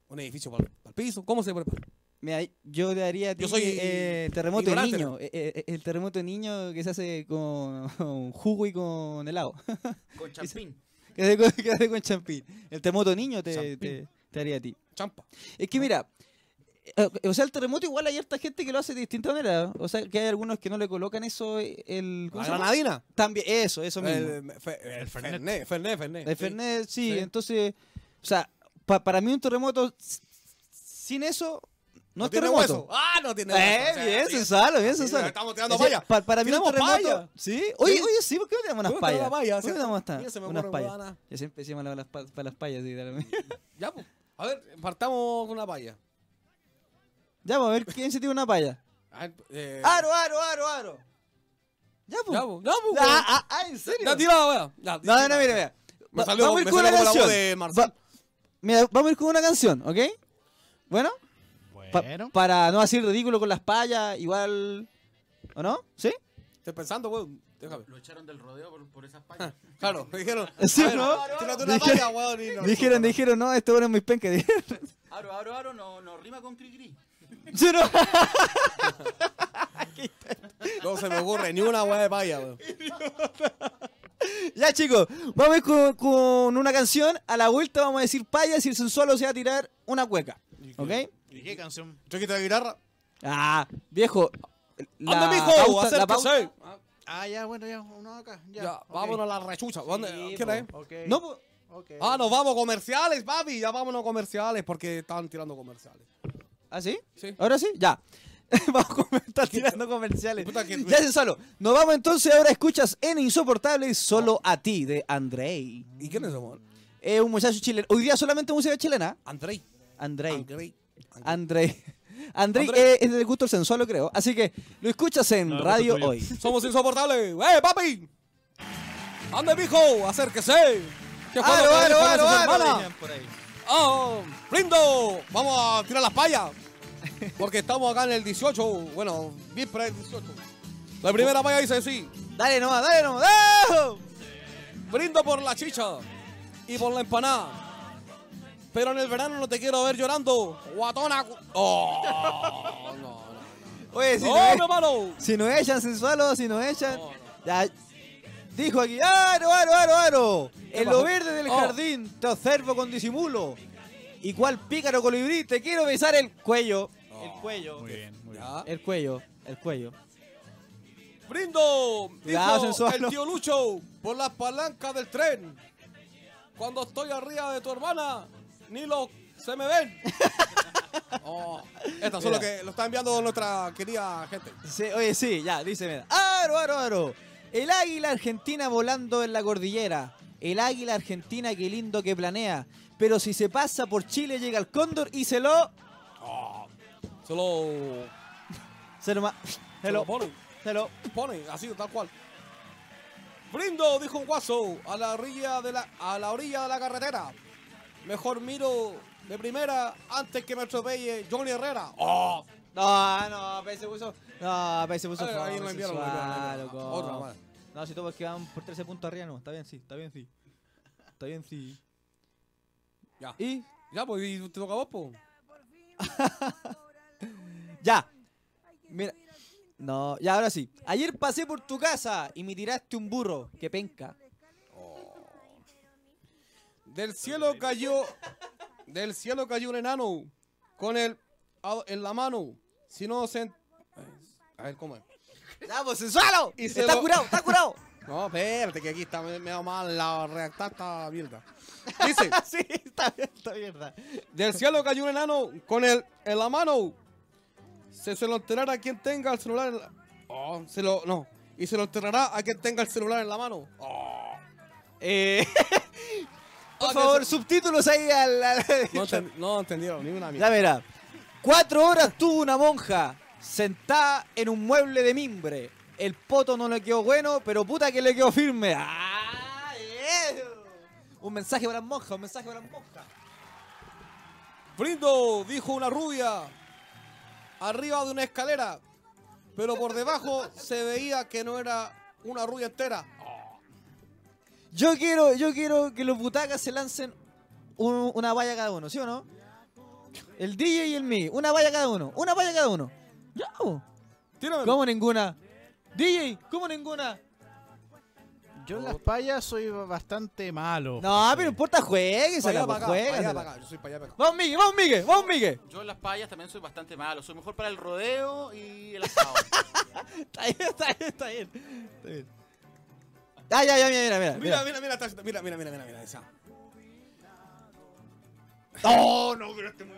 A: ¿Un edificio para el piso? ¿Cómo se prepara?
B: Mira, yo le daría a ti,
A: Yo soy
B: eh, terremoto de
A: ignorante,
B: niño. eh, eh, el terremoto de niño que se hace con, con jugo y con helado.
D: rodeo. Con champín.
B: que se hace con, que se hace con champín. El terremoto de niño te,
A: Champín. Ah.
B: te, te haría a ti.
A: Champa.
B: Es que mira, eh, o sea, el terremoto igual hay harta gente que lo hace de distinta manera. O sea, que hay algunos que no le colocan eso eh, el... ¿cómo
A: ¿La
B: se llama?
A: granadina?
B: También, eso, eso mismo. El,
A: El, fe- el
C: El
A: Fernet.
C: Fernet.
A: Fernet, Fernet. Sí.
B: Fernet, sí,
A: sí.
B: entonces, o sea, pa- para mí un terremoto s- sin eso no, es
A: tiene
B: terremoto.
A: hueso. Ah, no tiene hueso.
B: Eh,
A: O sea,
B: bien,
A: sí,
B: Cesalo, bien,
A: sí,
B: Cesalo.
A: Estamos tirando
B: O sea,
A: vallas.
B: pa- para mí un
A: Tiramos
B: terremoto.
A: paya.
B: Sí, oye,
A: Sí.
B: oye, sí, ¿por qué no te damos unas
A: ¿Por qué no te
B: payas?
A: damos payas,
B: ¿Por qué no te
A: cierto?
B: damos hasta-
A: Mira, se me
B: unas
A: ocurre
B: payas?
A: huevona.
B: Yo siempre decía malas las, pa- para las payas. y tal.
A: Ya, pues. A ver, partamos con una paya.
B: ya, pues, a ver quién se tira una paya.
A: A ver, eh,
B: Aro, aro, aro, aro. Ah, Ya, pues.
A: Ya, po. Ya, po,
B: Ah, ah, ah, ¿en serio?
A: weón. Ya tirado, weón. Ya,
B: No, no,
A: tira.
B: no, mira, mira.
A: Me
B: Va-
A: salió-
B: vamos a ir
A: me
B: con una
A: salió como la
B: canción.
A: voz de Marcel.
B: Va- mira, vamos a ir con una canción, ¿ok? Bueno, pa-
C: Bueno.
B: para no hacer ridículo con las payas, igual. ¿O no? ¿Sí?
A: Estoy pensando, weón. Déjame.
D: Lo echaron del rodeo por, por esas pañas.
A: Claro, me dijeron.
B: Sí,
A: a ver,
B: ¿no?
A: Tírate una
B: Dijeron-
A: paya, weón. y no-
B: dijeron, dijeron, no, este bueno es muy penca. dijeron.
D: Aro, aro, aro, no, no rima con cri cri.
B: Yo no.
A: No se me ocurre ni una weá de paya, weón.
B: Ya, chicos, vamos a ir con, con una canción. A la vuelta vamos a decir payas y el sensual se va a tirar una cueca. ¿Ok?
C: ¿Y qué canción?
A: Yo quito la guitarra.
B: Ah, viejo. La
A: ¡Anda, mijo!
B: pauta- la
A: ¡Acérquese!
C: Ah, ya, bueno, ya. Uno acá. Ya,
A: Ya,
C: ok.
A: vámonos a la rechucha. ¿Dónde?
C: Sí,
A: ¿Qué hora es?
C: po, ok,
B: pauta- No, po-
C: ok.
A: Ah, nos vamos comerciales, papi. Ya vámonos comerciales porque estaban tirando comerciales.
B: ¿Ah, sí?
A: Sí.
B: ¿Ahora sí? Ya. vamos a estar tirando comerciales.
A: Puta que-
B: Ya, Cesalo. Nos vamos entonces. Ahora escuchas en Insoportable solo a ti, de Andrei.
A: ¿Y quiénes somos?
B: Es un muchacho chileno. Hoy día solamente música chilena.
A: Andrei.
B: Andrei.
A: Andrei. Andrei.
B: Andrei. Andrei
A: Andrei.
B: eh, es del gusto sensual, lo creo. Así que lo escuchas en
C: No,
B: Radio
C: gusto
B: Hoy.
A: Somos insoportables. ¡Eh, papi! ¡Ande, mijo! ¡Acérquese! ¿Qué fue
B: Aro,
A: lo que
B: aro,
A: dijo
B: aro,
A: su
B: aro,
A: hermana?
B: dirían
A: ¡Oh! ¡Rindo! Vamos a tirar las payas. Porque estamos acá en el 18. Bueno, víspera del 18. La primera paya dice sí.
B: Dale nomás, dale nomás. ¡Ah!
A: Brindo por la chicha y por la empanada. Pero en el verano no te quiero ver llorando. Guatona. cu- Oh, no, no, no, no.
B: Oye, si,
A: ¡Oh,
B: no,
A: hermano!
B: si no echan sensualo, si no echan. Ya, dijo aquí, ¡Aro, aro, aro, aro! En lo
A: pasó?
B: verde del
A: Oh.
B: jardín te observo con disimulo. Y cual pícaro colibrí, te quiero besar el cuello. el cuello. Ah.
C: Muy bien, muy bien.
A: Ya.
B: El cuello, el cuello.
A: Brindo,
B: Cuidado,
A: dijo
B: sensual.
A: el tío Lucho, por las palancas del tren. Cuando estoy arriba de tu hermana, ni los se me ven. oh, estas son
B: Mira.
A: lo que lo está enviando nuestra querida gente.
B: Sí, oye, sí, ya, dice, mira. Aro, aro, aro. El águila argentina volando en la cordillera. El águila argentina, qué lindo que planea. Pero si se pasa por Chile, llega el cóndor y se lo.
A: Solo
B: Se lo. ma- Se
A: lo
B: lo.
A: ponen.
B: Se lo.
A: pone así, tal cual. Brindo, dijo un guaso, a la orilla de la, a la orilla de la carretera. Mejor miro de primera antes que me atropelle Johnny Herrera. ¡Oh!
B: No, no, pe, se puso. No, pe, se puso.
A: Ahí-
B: fome,
A: ahí lo enviaron, lo enviaron, lo
B: sensual,
A: enviaron.
B: loco.
A: Otra más.
B: No, si todo porque van por 13 puntos arriba, no. Está bien, sí, está bien, sí. Está bien, sí.
A: Ya.
B: Y.
A: Ya, pues, y te toca a vos, pues.
B: Ya. Mira. No, ya ahora sí. Ayer pasé por tu casa y me tiraste un burro. Que penca.
A: Del cielo cayó. Del cielo cayó un enano. Con el. a- en la mano. Si no se. en- A ver cómo es. pues,
B: ¡Vamos, sensualo!
A: Y se
B: está
A: lo-
B: curado, está curado.
A: No, espérate, que aquí está me- me da mal la redactar esta mierda. Dice:
B: sí, está bien, está mierda.
A: Del cielo cayó un enano. Con el. en la mano. Se, se lo enterará a quien tenga el celular en la. Oh, se lo. No. Y se lo enterrará a quien tenga el celular en la mano. Oh,
B: Eh, por
A: Ah, que
B: favor,
A: se-
B: subtítulos ahí al. al-
A: no, enten- no entendieron ni una mierda.
B: ya verá. Cuatro horas tuvo una monja sentada en un mueble de mimbre. El poto no le quedó bueno, pero puta que le quedó firme. ¡Ah! eh. Un mensaje para las monjas, un mensaje para las monjas.
A: Brindo, dijo una rubia, arriba de una escalera, pero por debajo se veía que no era una rubia entera.
B: Yo quiero, yo quiero que los butacas se lancen un- una valla cada uno, ¿sí o no? El DJ y el mí, una valla cada uno, una valla cada uno. Ya, po.
A: Tírame.
B: ¿Cómo ninguna? DJ, ¿cómo ninguna?
C: Yo en las payas soy bastante malo.
B: No, pero no importa, juegues,
A: Oh, Pa' allá,
B: juega,
A: pa' acá, pa' allá, pa'
B: juega.
A: acá. Yo soy pa' allá, pa' acá.
B: Vamos, Migue, vamos, Migue, vamos, Migue.
D: Yo en las payas también soy bastante malo. Soy mejor para el rodeo y el asado.
B: Está bien, está bien, está bien. Está bien. Ah, ya, ya, mira, mira, mira.
A: Mira,
B: mira.
A: mira, mira, está- mira, mira, mira, mira, mira, esa.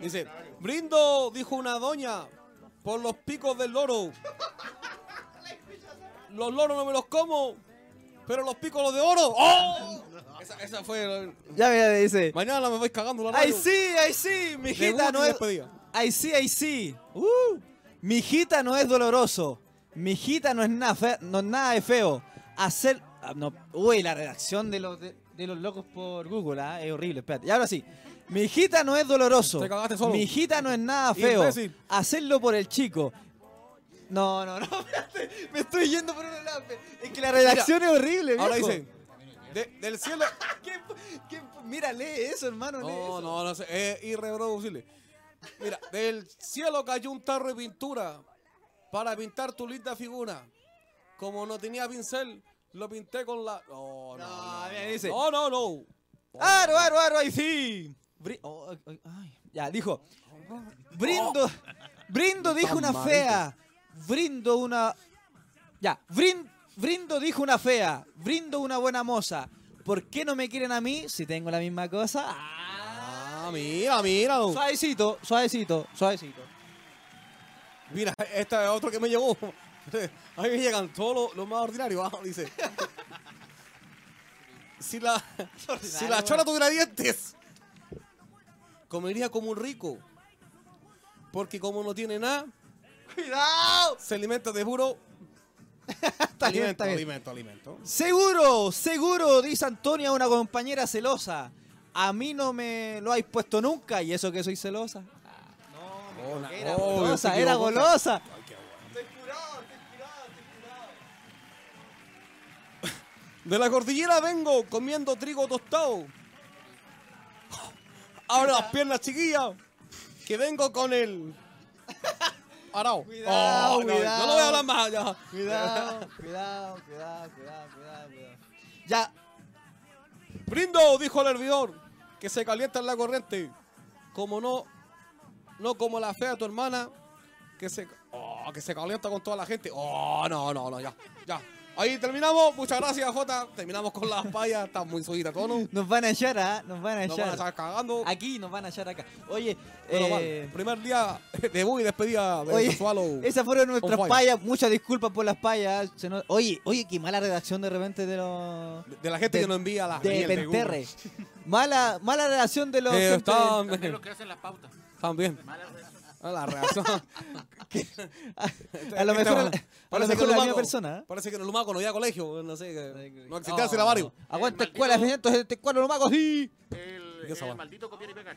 B: este
A: Dice, brindo, dijo una doña, por los picos del loro. Los loros no me los como, pero los picos los de oro. ¡Oh! Esa, esa fue. eh,
B: Ya, mira, dice.
A: Mañana me voy cagando la
B: ¡Ay,
A: radio.
B: sí, ay, sí! Mi
A: Debut
B: hijita
A: y
B: no es...
A: despedida.
B: ¡Ay, sí, ay, sí! Uh, mi hijita no es doloroso. Mi hijita no es nada, fe- no es nada de feo. Hacer... ah, no. Uy, la redacción de los, de, de los locos por Google, ah, es horrible. Espérate. Y ahora sí. Mi hijita no es doloroso.
A: Te cagaste solo.
B: Mi hijita no es nada feo.
A: Imbécil.
B: Hacerlo por el chico. No, no, no, espérate. Me estoy yendo por un lado. Es que la redacción es horrible,
A: Ahora
B: viejo.
A: dice, "De- del cielo.
B: ¿Qué- qué- mira, lee eso, hermano, lee
A: No,
B: eso.
A: no, no sé, es irreproducible. Mira, del cielo cayó un tarro de pintura para pintar tu linda figura. Como no tenía pincel, lo pinté con la. Oh, No, no.
B: No,
A: No,
B: Ah, mira, dice.
A: no, no. no.
B: ¡Aro, aro, aro! ¡Ahí sí! Bri- oh, ay, ay, ay. Ya, dijo. Brindo. Brindo dijo una fea. Brindo una. Ya, brin- brindo dijo una fea. Brindo una buena moza. ¿Por qué no me quieren a mí si tengo la misma cosa? Ah.
A: Ah, mira, mira. no.
B: Suavecito, suavecito, suavecito.
A: Mira, este es otro que me llegó. A mí me llegan todos los, los más ordinarios. ah, dice. Si la, si la chora tuviera dientes, comería como un rico. Porque como no tiene nada,
B: ¡Cuidado!
A: se alimenta de puro
B: Está bien,
A: alimento,
B: está bien.
A: alimento, alimento.
B: Seguro, seguro, dice Antonia, una compañera celosa. A mí no me lo habéis puesto nunca y eso que soy celosa.
A: Oh, na-
B: Era
A: oh,
B: golosa,
A: se
B: era
A: equivocó.
B: golosa.
A: Ay, qué bueno. De la cordillera vengo comiendo trigo tostado. Ahora las piernas chiquillas. Que vengo con el. Arao.
B: Cuidado,
A: Oh, no,
B: cuidado.
A: no lo voy a hablar más. ya.
B: Cuidado, cuidado, cuidado, cuidado, cuidado, cuidado. Ya,
A: Brindo, dijo el hervidor, que se calienta en la corriente. Como no, no como la fea de tu hermana, que se, oh, que se calienta con toda la gente. Oh, no, no, no, ya, ya. Ahí terminamos. Muchas gracias, Jota. Terminamos con las payas. Está muy subida, tono.
B: nos van a echar, ¿ah? Nos van a
A: Nos van a
B: echar.
A: estar cagando.
B: Aquí nos van a echar acá. Oye,
A: Menos mal.
B: eh,
A: Primer día de debut y despedida de
B: Oye,
A: Sasualo.
B: esas fueron
A: on
B: nuestras
A: fire.
B: payas. Muchas disculpas por las payas. Se nos- Oye, oye, qué mala redacción de repente de los.
A: De- de la gente
B: de-
A: que nos envía las
B: de
A: mierdas.
B: Penterre. Mala, mala redacción de los.
A: Eh,
B: gente-
A: están,
D: También los que hacen las pautas.
A: están bien.
D: Mala relación.
A: Ah, La Este reacción.
B: a lo mejor, a lo mejor la misma persona. ¿eh?
A: Parece que en el Humaco no había colegio, no sé, que no existía el
B: Oh.
A: silabario.
B: Aguanta
A: Eh,
B: Este
D: El
B: escuela,
D: maldito-
B: 674 no magos. Sí.
D: El,
A: ¿Qué es esa
D: el
A: weá?
D: maldito copiar y pegar.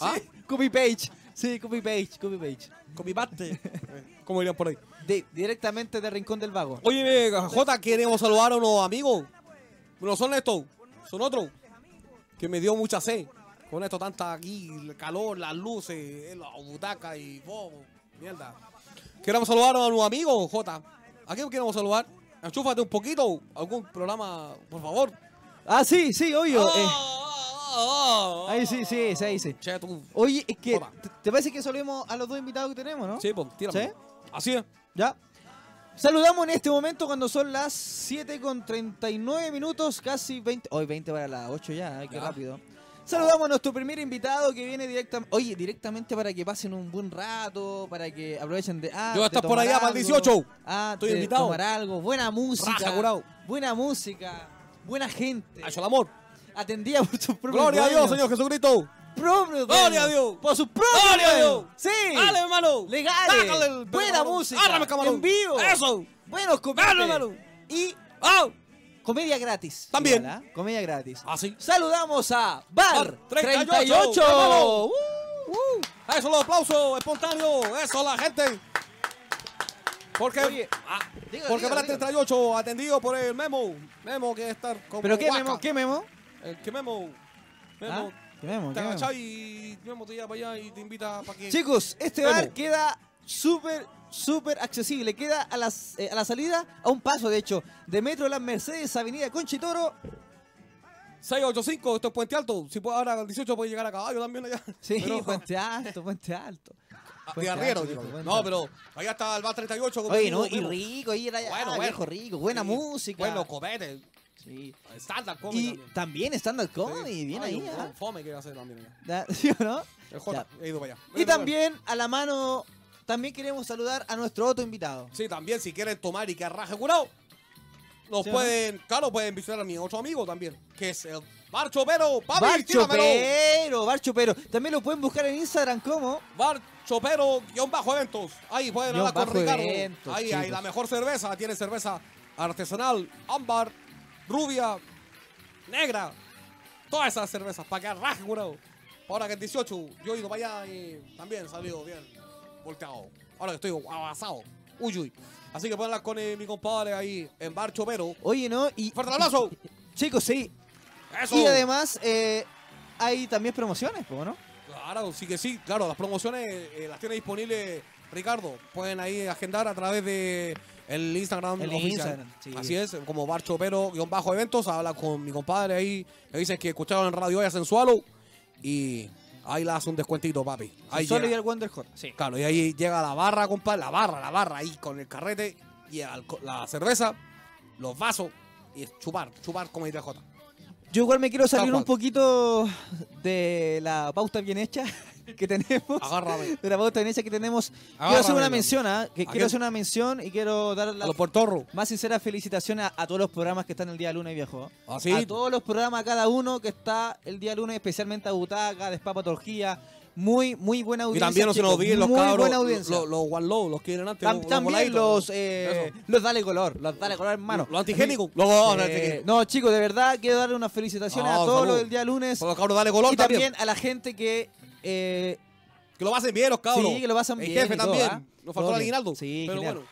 A: ¿Ah?
B: Copy page. Sí, copy page, copy page.
A: Copy paste. ¿Cómo irían por ahí?
B: De- directamente del Rincón del Vago.
A: Oye, Jota, queremos saludar a unos amigos. No son estos, son otros. Que me dio mucha sed. Con esto tanta aquí, el calor, las luces, eh, la butaca y bobo, mierda. Queremos saludar a unos amigos, Jota. ¿A quién queremos saludar? Enchúfate un poquito, algún programa, por favor.
B: Ah, sí, sí, obvio.
A: Oh.
B: eh.
A: ahí
B: ahí sí, sí, sí, ahí sí.
A: Eh. Che, tú.
B: Oye, es que,
A: Hola.
B: ¿te- ¿te parece que solemos a los dos invitados que tenemos, no?
A: Sí, pues, tírame.
B: ¿Sí?
A: Así es.
B: Ya. Saludamos en este momento cuando son las 7 con 39 minutos, casi 20. Hoy 20 para las 8 ya, ay, qué
A: Ya.
B: rápido. Saludamos a nuestro primer invitado que viene directamente. Oye, directamente para que pasen un buen rato, para que aprovechen de. Ah,
A: Yo voy a
B: de
A: estar por
B: tomar
A: allá para el
B: algo.
A: 18.
B: Ah,
A: Estoy
B: de
A: invitado.
B: Tomar algo, buena música.
A: Raja, curado.
B: Buena música, buena gente.
A: Hacia el amor.
B: Atendida por sus propios
A: Gloria a Dios,
B: dueños.
A: Señor Jesucristo.
B: Propios
A: Gloria a
B: dueños.
A: Dios.
B: Por sus propios
A: Gloria a Dios.
B: dueños. Sí.
A: ¡Dale, hermano!
B: Legales,
A: Sácale el
B: buena
A: camarón.
B: música,
A: Árrame, camarón.
B: en vivo.
A: ¡Eso!
B: Buenos comediantes.
A: Dale, hermano.
B: Y
A: ¡Ah!
B: comedia gratis.
A: También.
B: Igual, ¿ah? Comedia gratis.
A: Así.
B: Saludamos a Bar,
A: Bar
B: 38.
A: 38. Hermano.
B: Uh, uh.
A: Eso, los aplausos espontáneos. Eso, la gente. Porque,
B: Oye,
A: ah,
B: diga,
A: porque
B: diga,
A: para el
B: diga.
A: 38, atendido por el Memo. Memo que está con
B: ¿Pero qué memo? ¿Qué memo?
A: El que Memo. Memo.
B: ¿Ah? ¿Qué memo?
A: Te
B: ¿Qué memo?
A: agachás y Memo te lleva para allá y te invita para que...
B: Chicos, este
A: Memo.
B: bar queda súper, súper accesible. Queda a, las, eh, a la salida, a un paso de hecho, de Metro Las Mercedes, Avenida Conchitoro.
A: 685, esto es Puente Alto. Si puedo, ahora al 18 puede llegar a caballo también allá.
B: Sí,
A: Pero-
B: puente alto, puente alto.
A: Ah,
B: Puente
A: de arriero,
B: Alto, pues,
A: digo.
B: Puente
A: No,
B: Alto.
A: pero allá está el bar 38. como
B: Oye,
A: digo,
B: ¿no? Y
A: Memo.
B: rico, y era
A: Bueno,
B: ah,
A: bueno.
B: viejo rico, buena
A: Sí,
B: música.
A: Bueno, copete.
B: Sí.
A: Estándar, come.
B: Y también stand-up comedy,
A: Sí.
B: bien
A: Ay,
B: ahí.
A: un-
B: ¿ah?
A: un Fome que hace también. mira.
B: Da- ¿Sí o no?
A: El J, he ido para allá.
B: Y
A: Bueno,
B: también a la mano, también queremos saludar a nuestro otro invitado.
A: bueno. Sí, también, si quieren tomar y que arraje curado, nos
B: ¿Sí o no?
A: pueden, claro, pueden visitar a mi otro amigo también, que es el Bar Chopero. Papi,
B: Bar
A: tíramelo.
B: Chopero, Bar Chopero. También lo pueden buscar en Instagram como
A: Bar Chopero, guión bajo eventos. Ahí pueden
B: Guión
A: hablar con
B: bajo
A: Ricardo.
B: eventos,
A: ahí, ahí,
B: chicos.
A: la mejor cerveza. Tiene cerveza artesanal, ámbar, rubia, negra. Todas esas cervezas, para que arraje, curado. Ahora que el 18, yo he ido para allá y también salió bien volteado. Ahora que estoy avanzado. Uy, uy. Así que pueden hablar con eh, mi compadre ahí en Bar Chopero.
B: Oye, ¿no? Y,
A: ¡Fuerte el abrazo!
B: Chicos, sí.
A: ¡Eso!
B: Y además, eh, hay también promociones, po, ¿no?
A: Claro, sí que sí, claro, las promociones eh, las tiene disponibles Ricardo. Pueden ahí agendar a través de el Instagram
B: El
A: oficial.
B: Instagram, sí.
A: Así es, como Barcho Pero guión bajo eventos, habla con mi compadre ahí, le dices que escucharon en radio hoy a Sensualo y ahí le hace un descuentito, papi. Ahí
B: Solo y
A: llega.
B: el Wonder Hot.
C: Sí.
A: Claro, y ahí llega la barra, compadre, la barra, la barra ahí con el carrete y el alco- la cerveza, los vasos y chupar, chupar como diría Jota.
B: Yo igual me quiero salir
A: cual.
B: un poquito de la pauta bien hecha que tenemos.
A: Agárrame.
B: De la pauta bien hecha que tenemos.
A: Agárrame,
B: quiero hacer una
A: loco.
B: mención, ¿ah? Que-
A: quién?
B: Quiero hacer una mención y quiero dar
A: A
B: la
A: los puertorros.
B: más sincera felicitaciones a, a todos los programas que están el día lunes, viejo.
A: Ah, sí.
B: A todos los programas, a cada uno que está el día lunes, especialmente a Butaca, Despapa Torgía. Muy, muy buena
A: Y
B: audiencia.
A: también no se nos
B: chicos,
A: olviden los
B: Muy
A: cabros,
B: buena
A: los,
B: audiencia.
A: los, los One Love, los que vienen antes.
B: Tam-
A: los- los
B: también
A: voladitos,
B: los,
A: ¿no?
B: eh,
A: Eso.
B: los dale color, los dale color, hermano.
A: Los antigénicos. Los, los
B: Eh,
A: antigénicos.
B: no, chicos, de verdad quiero darle unas felicitaciones
A: No,
B: a todos
A: saludos.
B: los del día lunes.
A: Los cabros dale color
B: y
A: también.
B: también a la gente que eh,
A: Que lo pasen bien los cabros.
B: Sí, que lo pasan
A: El
B: bien
A: jefe
B: y todo,
A: también.
B: ¿ah?
A: Nos faltó
B: Todo
A: el
B: bien.
A: aguinaldo.
B: Sí,
A: pero
B: claro.
A: bueno.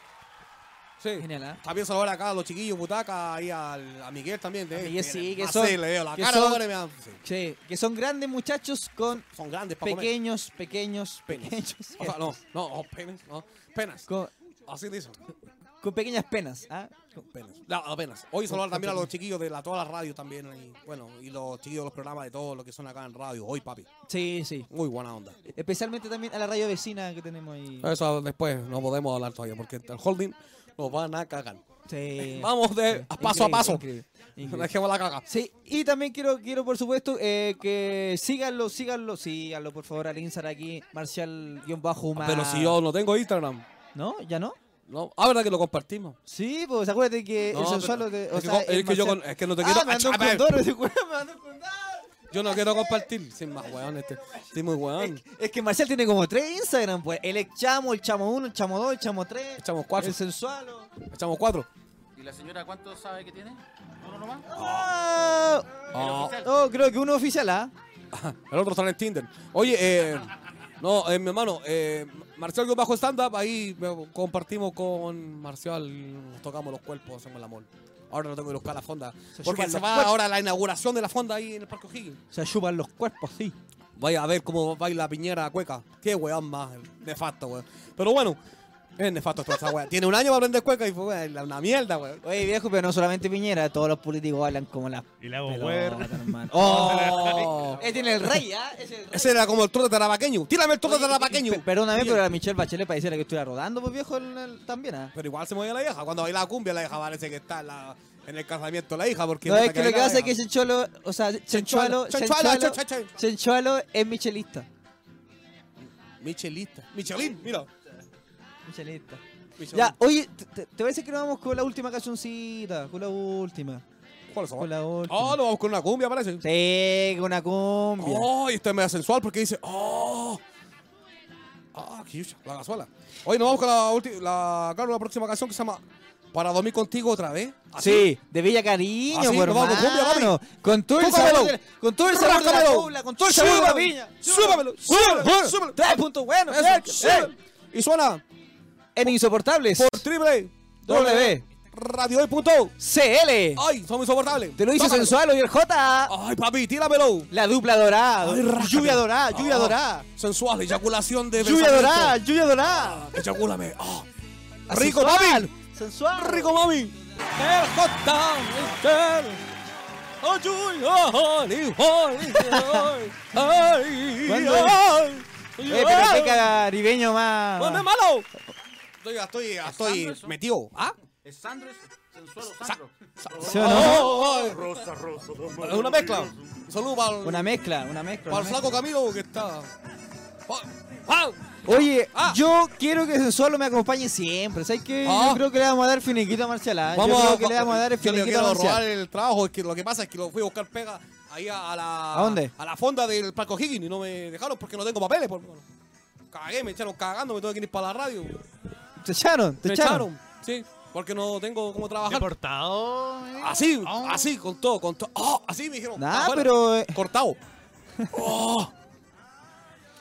A: Sí.
B: Genial, ¿ah?
A: También saludar acá a los chiquillos, butaca, ahí al, a Miguel también. de-
B: Miguel
A: de-
B: sí, que
A: ah,
B: son-
A: Sí, le veo la
B: que
A: cara.
B: son-
A: hombre, me dan- sí.
B: Sí, que son grandes muchachos con
A: Son grandes para comer.
B: pequeños, pequeños, pequeños.
A: O sea, no, no, oh, penes, no. Penas.
B: Con,
A: Así dicen.
B: con pequeñas penas, ¿ah?
A: Penas. No, no, penas. Hoy saludar también a los chiquillos de la, todas las radios también. Y, bueno, y los chiquillos de los programas de todo lo que son acá en radio. Hoy, papi.
B: Sí, sí.
A: Muy buena onda.
B: Especialmente también a la radio vecina que tenemos ahí.
A: Eso después no podemos hablar todavía porque el holding nos van a cagar.
B: Sí.
A: Vamos de
B: Sí.
A: paso a
B: Increíble,
A: paso.
B: increíble,
A: No
B: increíble.
A: dejemos la caga.
B: Sí, y también quiero, quiero por supuesto, eh, que síganlo, síganlo, síganlo, por favor, al Instagram aquí, Marcial-Humano.
A: Pero si yo no tengo Instagram.
B: ¿No? ¿Ya no?
A: No, ah, verdad que lo compartimos.
B: Sí, pues acuérdate que
A: No,
B: el
A: pero-
B: Sonsuelo te-
A: es
B: o
A: que
B: sea,
A: con- es
B: el
A: que yo
B: Marcial-
A: con- es que no te
B: Ah,
A: quiero-
B: me mandó un
A: Ah, ver.
B: condoro, ese weón, me mandó un condoro.
A: Yo no quiero compartir. Sin más, weón. Este, estoy muy weón.
B: Es que Marcial tiene como tres Instagram, pues. El ex chamo, el chamo 1, el chamo 2, el chamo 3.
A: Echamos cuatro.
B: El sensualo.
A: Echamos cuatro.
D: ¿Y la señora cuánto sabe que tiene? ¿Uno nomás?
B: Ah,
A: Ah,
D: oficial.
B: oh, creo que uno oficial, ¿ah?
A: el otro está en Tinder. Oye, eh, no, eh, mi hermano, eh, Marcial bajo stand-up, ahí me- compartimos con Marcial, nos tocamos los cuerpos, hacemos el amor. Ahora no tengo que buscar la fonda. Porque
B: chupan
A: se
B: los
A: va
B: cuerpos.
A: ahora la inauguración de la fonda ahí en el Parque O'Higgins.
B: Se ayudan los cuerpos, sí.
A: Vaya a ver cómo baila Piñera cueca. Qué weón más nefasto, weón. Pero bueno, es nefasto toda esa weá. Tiene un año para aprender cueca y fue weón, una mierda, weón.
B: Oye, viejo, pero no solamente Piñera, todos los políticos hablan como las
C: Y la hago
B: pelotas,
C: puer.
B: hermano.
A: ¡Oh!
B: Ese tiene el rey, ¿ah? Ese es el rey.
A: Ese era como el trote tarabaqueño. Tírame el trote
B: Oye,
A: tarabaqueño.
B: pe- Perdóname,
A: Bien.
B: pero a Michelle Bachelet pareciera que estuviera rodando, pues viejo, el- el- también, ¿ah?
A: Pero igual se mueve la hija. Cuando baila la cumbia, la hija parece que está en, la- en el casamiento de la hija. Porque
B: No,
A: puta
B: es que lo que
A: baila
B: pasa
A: la
B: es que
A: hija.
B: Chenchualo, o sea, Chenchualo,
A: Chenchualo,
B: Chenchualo,
A: Chenchualo,
B: Chenchualo es michelista.
A: Michelista. Michelin, mira.
B: Michelista.
A: Michelin.
B: Ya, oye, te- ¿te te parece que nos vamos con la última cancioncita? Con la última.
A: ¿Cuál es
B: Con la última.
A: Oh, lo vamos con una cumbia, parece.
B: Sí, con una cumbia.
A: Oh, y esto es medio sensual porque dice. Oh. Ah, qué chucha, la cazuela. Oye, nos vamos con la, ulti- la, claro, la próxima canción que se llama Para dormir contigo otra vez. Así.
B: Sí, de Villa Cariño,
A: Así,
B: por
A: nos vamos con cumbia, papi.
B: hermano. Con todo el
A: Tócamelo.
B: sabor de la, con todo el sabor de la
A: Rácamelo.
B: pobla, con todo el sabor de la
A: Súbalo.
B: viña.
A: Súbamelo, súbalo, súbalo.
B: Tres puntos buenos.
A: Eso,
B: eh,
A: sí.
B: eh.
A: Y suena
B: En Insoportables.
A: por triple
B: W.
A: Radio Hoy punto.
B: CL.
A: Ay, somos insoportables.
B: Te lo hizo
A: Tócamelo.
B: sensual hoy el J.
A: Ay, papi, tíramelo.
B: La dupla dorada.
A: Oh. Ay, rájate.
B: lluvia dorada, lluvia
A: Ah,
B: dorada.
A: Sensual, eyaculación de
B: Lluvia
A: pensamiento.
B: dorada, lluvia dorada.
A: Eyacúlame. Ah,
B: Así
A: rico,
B: suave.
A: papi.
B: Sensual.
A: Rico, mami. El J. el- Ay, ay, ay, ay, ay,
B: ¿Cuándo?
A: ay,
B: Oye, pero
A: ay.
B: qué caribeño
A: ¿Dónde,
B: más.
A: malo? Estoy, estoy, estoy
D: eso?
A: metido. ¿Ah?
D: ¿Es Sandro eso? ¿Sensualo Sandro?
B: ¿Sí o no?
A: Oh, oh, oh. Es una mezcla. Un saludo para el,
B: Una mezcla, una mezcla.
A: para
B: una
A: el flaco Camilo que está. Pa- pa-
B: Oye,
A: Ah.
B: yo quiero que Sensualo me acompañe siempre. ¿Sabes qué?
A: Ah.
B: Yo creo que le vamos a dar finiquito a Marcial. ¿ah?
A: Vamos
B: yo
A: a-
B: creo que le vamos a dar el
A: yo le
B: finiquito a
A: quiero robar
B: Marcial.
A: el trabajo. Es que lo que pasa es que lo fui a buscar pega ahí a, a la.
B: ¿A dónde?
A: A la fonda del Parco Higgins y no me dejaron porque no tengo papeles. Por... Cagué, me echaron cagando, me tuve que ir para la radio.
B: Te echaron, te
A: me
B: echaron.
A: echaron. Sí, porque no tengo cómo trabajar.
C: Deportado. eh.
A: Ah. Así,
C: Oh.
A: así, con todo, con todo. Oh, así me dijeron.
B: Ah. Nah,
A: "Ah, bueno,
B: pero, eh.
A: Cortado. Oh.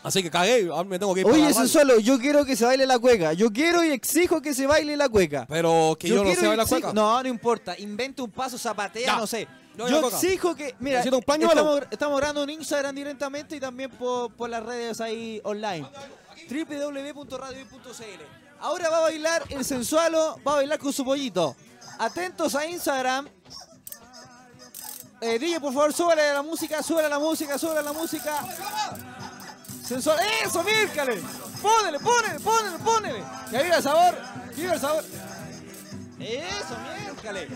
A: Así que cagué, ahora me tengo que ir para la
B: Oye,
A: radio.
B: Sensualo, yo quiero que se baile la cueca. Yo quiero y exijo que se baile la cueca.
A: Pero que yo, no
B: quiero
A: sé
B: y
A: bailar
B: exijo-
A: cueca.
B: No, no importa. Inventa un paso, zapatea,
A: Ya.
B: no sé.
A: No, ya,
B: yo
A: coca.
B: exijo que. Mira,
A: Necesito un pañuelo.
B: estamos, estamos grabando en Instagram directamente y también por, por las redes ahí online. www.radio.cl. Ahora va a bailar el sensualo, va a bailar con su pollito. Atentos a Instagram. Eh, DJ, por favor, súbale la música, súbale la música, súbale la música. Sensual. ¡Eso, mírcale! ¡Ponele, ponele, ponele, ponele! ¡Que viva el sabor! ¡Que viva el sabor! ¡Eso, mírcale!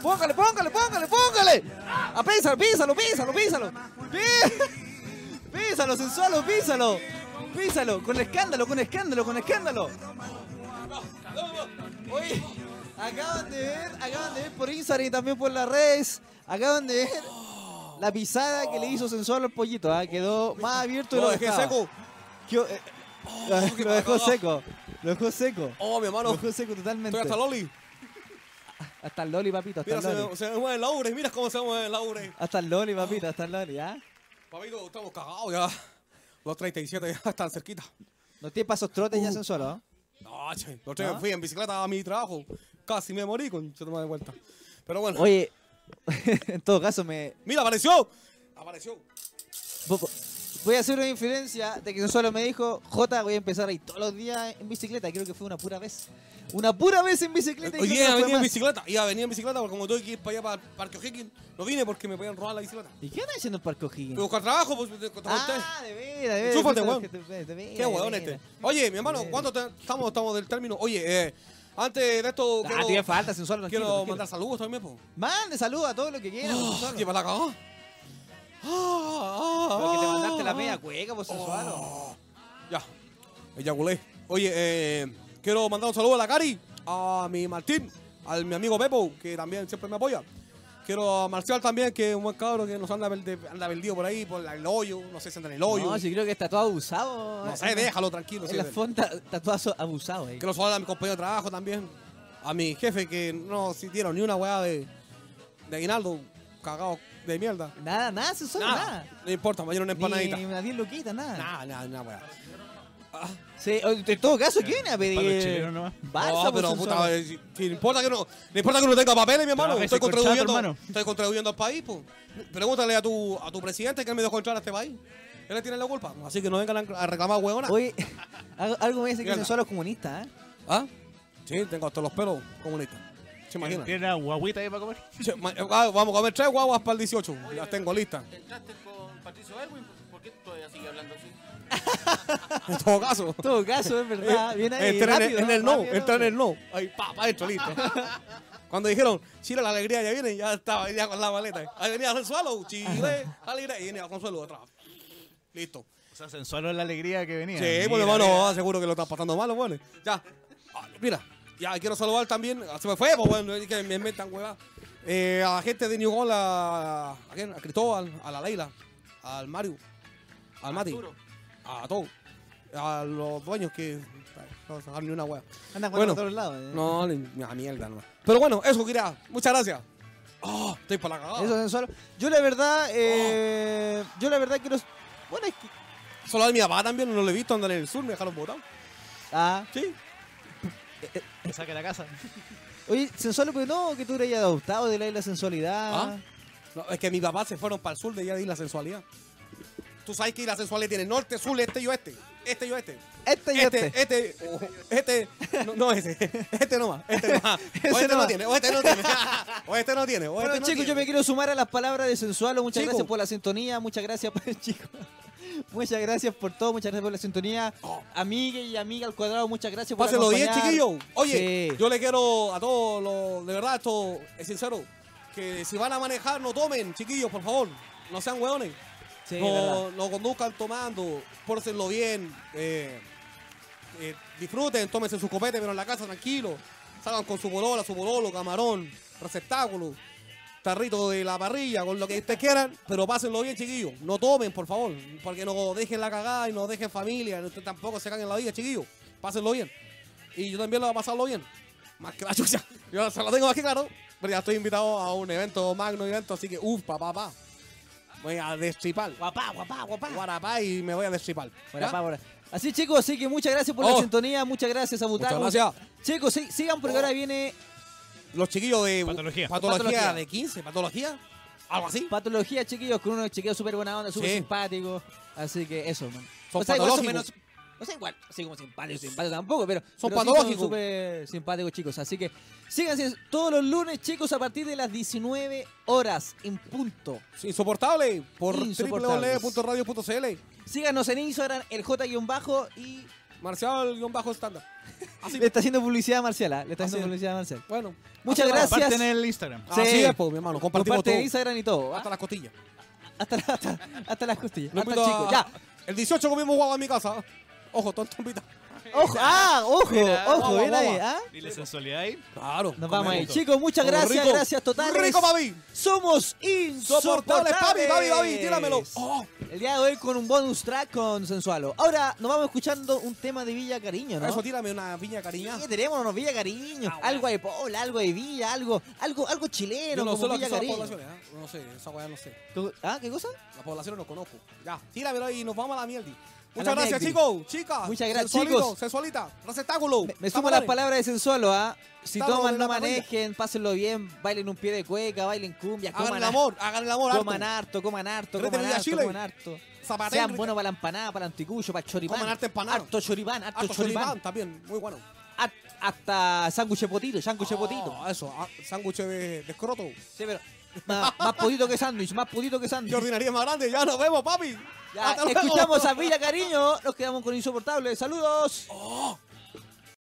B: ¡Póngale, póngale, póngale, póngale! ¡Ah, písalo, písalo, písalo, písalo! Pí- ¡Písalo, sensualo, písalo! ¡Písalo! ¡Con escándalo, con escándalo, con escándalo! Oye, acaban de ver, acaban de ver por Instagram y también por las redes, acaban de ver la pisada que le hizo sensual al pollito, ah, quedó más abierto y
A: No,
B: lo
A: dejé
B: dejaba.
A: Oh, seco.
B: Quedó, eh, lo, lo dejó seco, lo dejó seco,
A: Oh, mi
B: lo
A: hermano,
B: dejó seco totalmente.
A: estoy hasta Loli.
B: Hasta el loli, papito, hasta
A: Mira,
B: el
A: se
B: loli.
A: me, se me mueve el laure, mira cómo se me mueve el laure.
B: Hasta el loli, papito, hasta el loli, ¿ah?
A: Papito, estamos cagados ya. Los 37 ya están cerquita. Uh.
B: No tiene pasos trotes ya sensual, ¿no?
A: No, che, los
B: ¿Ah?
A: tres me fui en bicicleta a mi trabajo. Casi me morí con se toma de vuelta. Pero bueno.
B: Oye, en todo caso, me
A: ¡Mira, apareció! Apareció.
B: vo- vo- voy a hacer una inferencia de que solo me dijo, J, voy a empezar a ir todos los días en bicicleta. Creo que fue una pura vez. Una pura vez en bicicleta. y
A: Hoy
B: creo
A: día
B: que no fue
A: venía en
B: más.
A: bicicleta. Iba a venir en bicicleta porque como tuve que ir para allá para el Parque O'Higgins, no vine porque me podían robar la bicicleta.
B: ¿Y qué andas haciendo en Parque
A: Fui
B: O'Higgins?
A: a buscar trabajo, pues te te conté.
B: Ah, de veras, de veras.
A: Chúfate,
B: Puta,
A: weón.
B: que te- de veras,
A: Qué hueón
B: de
A: este.
B: veras.
A: Oye, mi hermano, ¿cuánto te- estamos, estamos del término? Oye, eh, antes de esto
B: Ah,
A: quiero,
B: tiene falta, sensual. tranquilo,
A: quiero
B: tranquilo.
A: mandar saludos también, po.
B: Mande saludos a todo lo que quieran. por
A: Oh,
B: sensual.
A: ¿Qué para la cagada? Ah, ah,
B: Pero que te mandaste la
A: ah.
B: media cueca, por sensual.
A: Ya, eyaculé. Oye, eh, quiero mandar un saludo a la Cari, a mi Martín, al mi amigo Pepo, que también siempre me apoya. Quiero a Marcial también, que es un buen cabro que nos anda, verde- anda perdido por ahí, por la- el hoyo, no sé si anda en el hoyo.
B: No,
A: No,
B: sí creo que está todo abusado.
A: sé, déjalo tranquilo. sí,
B: En la
A: ven.
B: fonda está todo abusado ahí.
A: Quiero saludar a mi compañero de trabajo también, a mi jefe que no sintieron ni una weá de, de aguinaldo, cagado de mierda.
B: Nada, nada, sensual, nada.
A: No importa, me dieron una empanadita.
B: Ni una 10 loquitas, nada.
A: Nada, nada, nada, weá.
B: Sí, o- en todo caso, ¿qué viene a
C: Para
B: pedir?
C: los chilenos nomás.
B: Barça, pues,
A: no,
B: por
A: pero
B: sensual.
A: puta, eh, si, si no importa que no, no importa que no tenga papeles, mi hermano,
C: Trabaja
A: estoy
C: ese corchato,
A: contribuyendo,
C: hermano.
A: estoy contribuyendo al país, pues. Pregúntale a tu, a tu presidente que él me dio controlar a este país. Él le tiene la culpa, así que no vengan a a reclamar huevona.
B: Oye, algo- algo me dice que
A: Mírala.
B: sensual los comunistas, ¿eh?
A: ¿Ah? Sí, tengo hasta los pelos comunistas. ¿Se imaginan?
C: ¿Tiene una guaguita ahí para comer?
A: Che, ma- eh, ah, Vamos a comer tres guaguas para el 18, las tengo listas.
D: Entraste con Patricio Erwin, ¿por qué todavía sigue hablando así?
A: En todo caso.
B: En todo caso, es verdad. Ah, Viene ahí.
A: Entra Eh, en el-
B: rápido,
A: en el no,
B: Rápido,
A: entra en el no. Ahí, pa, pa, esto, listo. Cuando dijeron, Chile, la alegría ya viene, ya estaba ya con la maleta. Ahí venía Consuelo, Chile, alegría, y venía Consuelo atrás. Listo.
C: O sea, sensual es la alegría que venía.
A: Sí,
C: Mira,
A: bueno, hermano,
C: mira.
A: ah, seguro que lo está pasando malo, bueno. Ya, Ah, mira, ya quiero saludar también, ah, se me fue, pues bueno, es que me inventan huevas. Eh, a la gente de New Gold, a, a quién, a Cristóbal, a la Leila, al Mario, al Mati,
D: Arturo.
A: a todos, a los dueños que no sacaron ni una hueva.
B: Anda
A: Bueno,
B: bueno, por todos lados. ¿eh?
A: No, ni- ni a mierda nomás. Pero bueno, eso, quería. Muchas gracias. Ah, estoy para la cagada.
B: Eso sensual. Yo la verdad, eh, yo la verdad quiero. Bueno, es que.
A: Solo a mi papá también, no lo he visto andar en el sur, me dejaron botado.
B: Ah,
A: Sí.
C: Me saca de la casa.
B: oye, sensual, pero no, que tú eres adoptado de la isla sensualidad.
A: Ah. No, es que mis papás se fueron para el sur de allá de la sensualidad. Tú sabes que la sensualidad tiene norte, sur, este y oeste. Este y oeste.
B: Este y este.
A: Este, este, oh, este, no, no ese, este nomás, este nomás.
B: Ese
A: O este no
B: nomás.
A: tiene, o este no tiene, o este no tiene, o
B: Bueno,
A: este no
B: chicos, yo me
A: tiene.
B: quiero sumar a las palabras de Sensualo. Muchas
A: Chico.
B: gracias por la sintonía. Muchas gracias, por- chicos. Muchas gracias por todo. Muchas gracias por la sintonía. Amigue y amiga al cuadrado, muchas gracias por
A: Pásenlo Oh. bien,
B: acompañar.
A: chiquillo. Oye,
B: Sí.
A: yo le quiero a todos los. De verdad, esto es sincero. Que si van a manejar, no tomen, chiquillos, por favor. No sean hueones.
B: Sí, verdad.
A: no, no conduzcan tomando. Pórsenlo bien. eh, eh, disfruten, tómense su copete, pero en la casa tranquilo. Salgan con su bolola, su bololo, camarón, receptáculo, tarrito de la parrilla, con lo que ustedes quieran. Pero pásenlo bien, chiquillos. No tomen, por favor. Porque no dejen la cagada y no dejen familia. Ustedes tampoco se caguen la vida, chiquillos. Pásenlo bien. Y yo también lo voy a pasarlo bien. Más que la chucha. Yo se lo tengo aquí, claro. Pero ya estoy invitado a un evento, magno evento, así que, uff, papá, papá. Voy a destripar.
B: Guapá, guapá, guapá.
A: Guarapá y me voy a destripar.
B: Guarapá,
A: ¿Ya?
B: guarapá. Así, chicos, así que muchas gracias por
A: Oh.
B: la sintonía. Muchas gracias a Butaco.
A: Muchas gracias. Oh.
B: Chicos, sí, sigan porque ahora viene
A: Los chiquillos de
C: Patología.
A: patología
B: Patología.
A: de 15, patología, algo así.
B: Patología, chiquillos, con unos chiquillos súper buena onda, súper
A: Sí.
B: simpáticos. Así que eso, man.
A: Son
B: o sea, igual
A: patológicos.
B: no sé igual, así como simpáticos, simpáticos tampoco, pero
A: Son
B: pero sí
A: patológicos.
B: súper simpáticos, chicos. Así que síganse todos los lunes, chicos, a partir de las 19 horas en punto.
A: Insoportable por
B: Insoportables.
A: www.radio.cl
B: Síganos en Instagram, el J-bajo y
A: Marcial-bajo estándar. Así,
B: le está haciendo publicidad a Marcela. Le está
A: Así es.
B: haciendo publicidad a Marcel.
A: bueno.
B: Muchas
A: así vamos.
B: gracias.
C: Comparten en el Instagram.
B: Sí.
A: Así es, pues, mi hermano. Compartimos
B: Comparte
A: todo.
B: en Instagram y todo. ¿ah?
A: Hasta las costillas.
B: Hasta, la- hasta- hasta las costillas.
A: Los
B: hasta el
A: invito a-
B: chico. Ya.
A: El 18 comimos guagua en mi casa. Ojo, tonto invita.
B: Ojo, ah, ojo,
C: Mira,
B: ojo,
A: guau,
B: ven
A: guau,
B: ahí,
A: guau.
B: ¿ah?
C: Y la sensualidad ahí.
A: Claro.
B: Nos vamos ahí.
A: comemos.
B: Chicos, muchas
A: Como
B: gracias,
A: rico.
B: gracias totales.
A: Rico, papi.
B: Somos insoportables.
A: Soportables, papi, papi, papi. Tíramelo. Oh,
B: El día de hoy con un bonus track con Sensualo. Ahora nos vamos escuchando un tema de Villa Cariño, ¿no?
A: Eso, Ah, tírame una piña cariña.
B: Sí, tenemos unos Villa Cariño, algo de Paula, algo de Villa, algo, algo, algo chileno,
A: Yo no sé
B: como
A: las que
B: Villa
A: son las
B: Cariño.
A: poblaciones. ¿eh? No sé, esa weá no sé.
B: ¿Ah, qué cosa?
A: Las poblaciones no conozco. Ya, tíramelo ahí y nos vamos a la mierda. Muchas
B: la
A: gracias,
B: Megdi.
A: chicos. Chicas.
B: Muchas gracias,
A: sensualito,
B: chicos.
A: Sensualita. Receptáculo.
B: Me, me sumo a las palabras de Sensualo, ¿ah? Si
A: Estamos
B: toman,
A: en
B: no
A: la parrilla.
B: manejen, pásenlo bien, bailen un pie de cueca, bailen cumbia,
A: Hagan
B: coman
A: el
B: harto,
A: amor. Hagan el amor.
B: coman
A: harto.
B: harto, coman harto,
A: Treten
B: coman
A: de
B: harto,
A: Chile.
B: coman harto.
A: Zapatén,
B: Sean
A: rica-
B: buenos para la empanada, para el anticucho, para el choripán.
A: Coman harto empanado.
B: Harto choripán, harto,
A: Harto
B: choripán.
A: choripán también. Muy bueno.
B: Hat- hasta sándwich de potito, sándwich de potito.
A: Ah, eso. ah, Sándwich de, de escroto.
B: Sí, pero más, más potito que sándwich, más potito que
A: Qué
B: sándwich.
A: ordinaria más grande. Ya nos vemos, papi.
B: Ya,
A: Hasta luego.
B: escuchamos a Villa Cariño, nos quedamos con Insoportable. Saludos.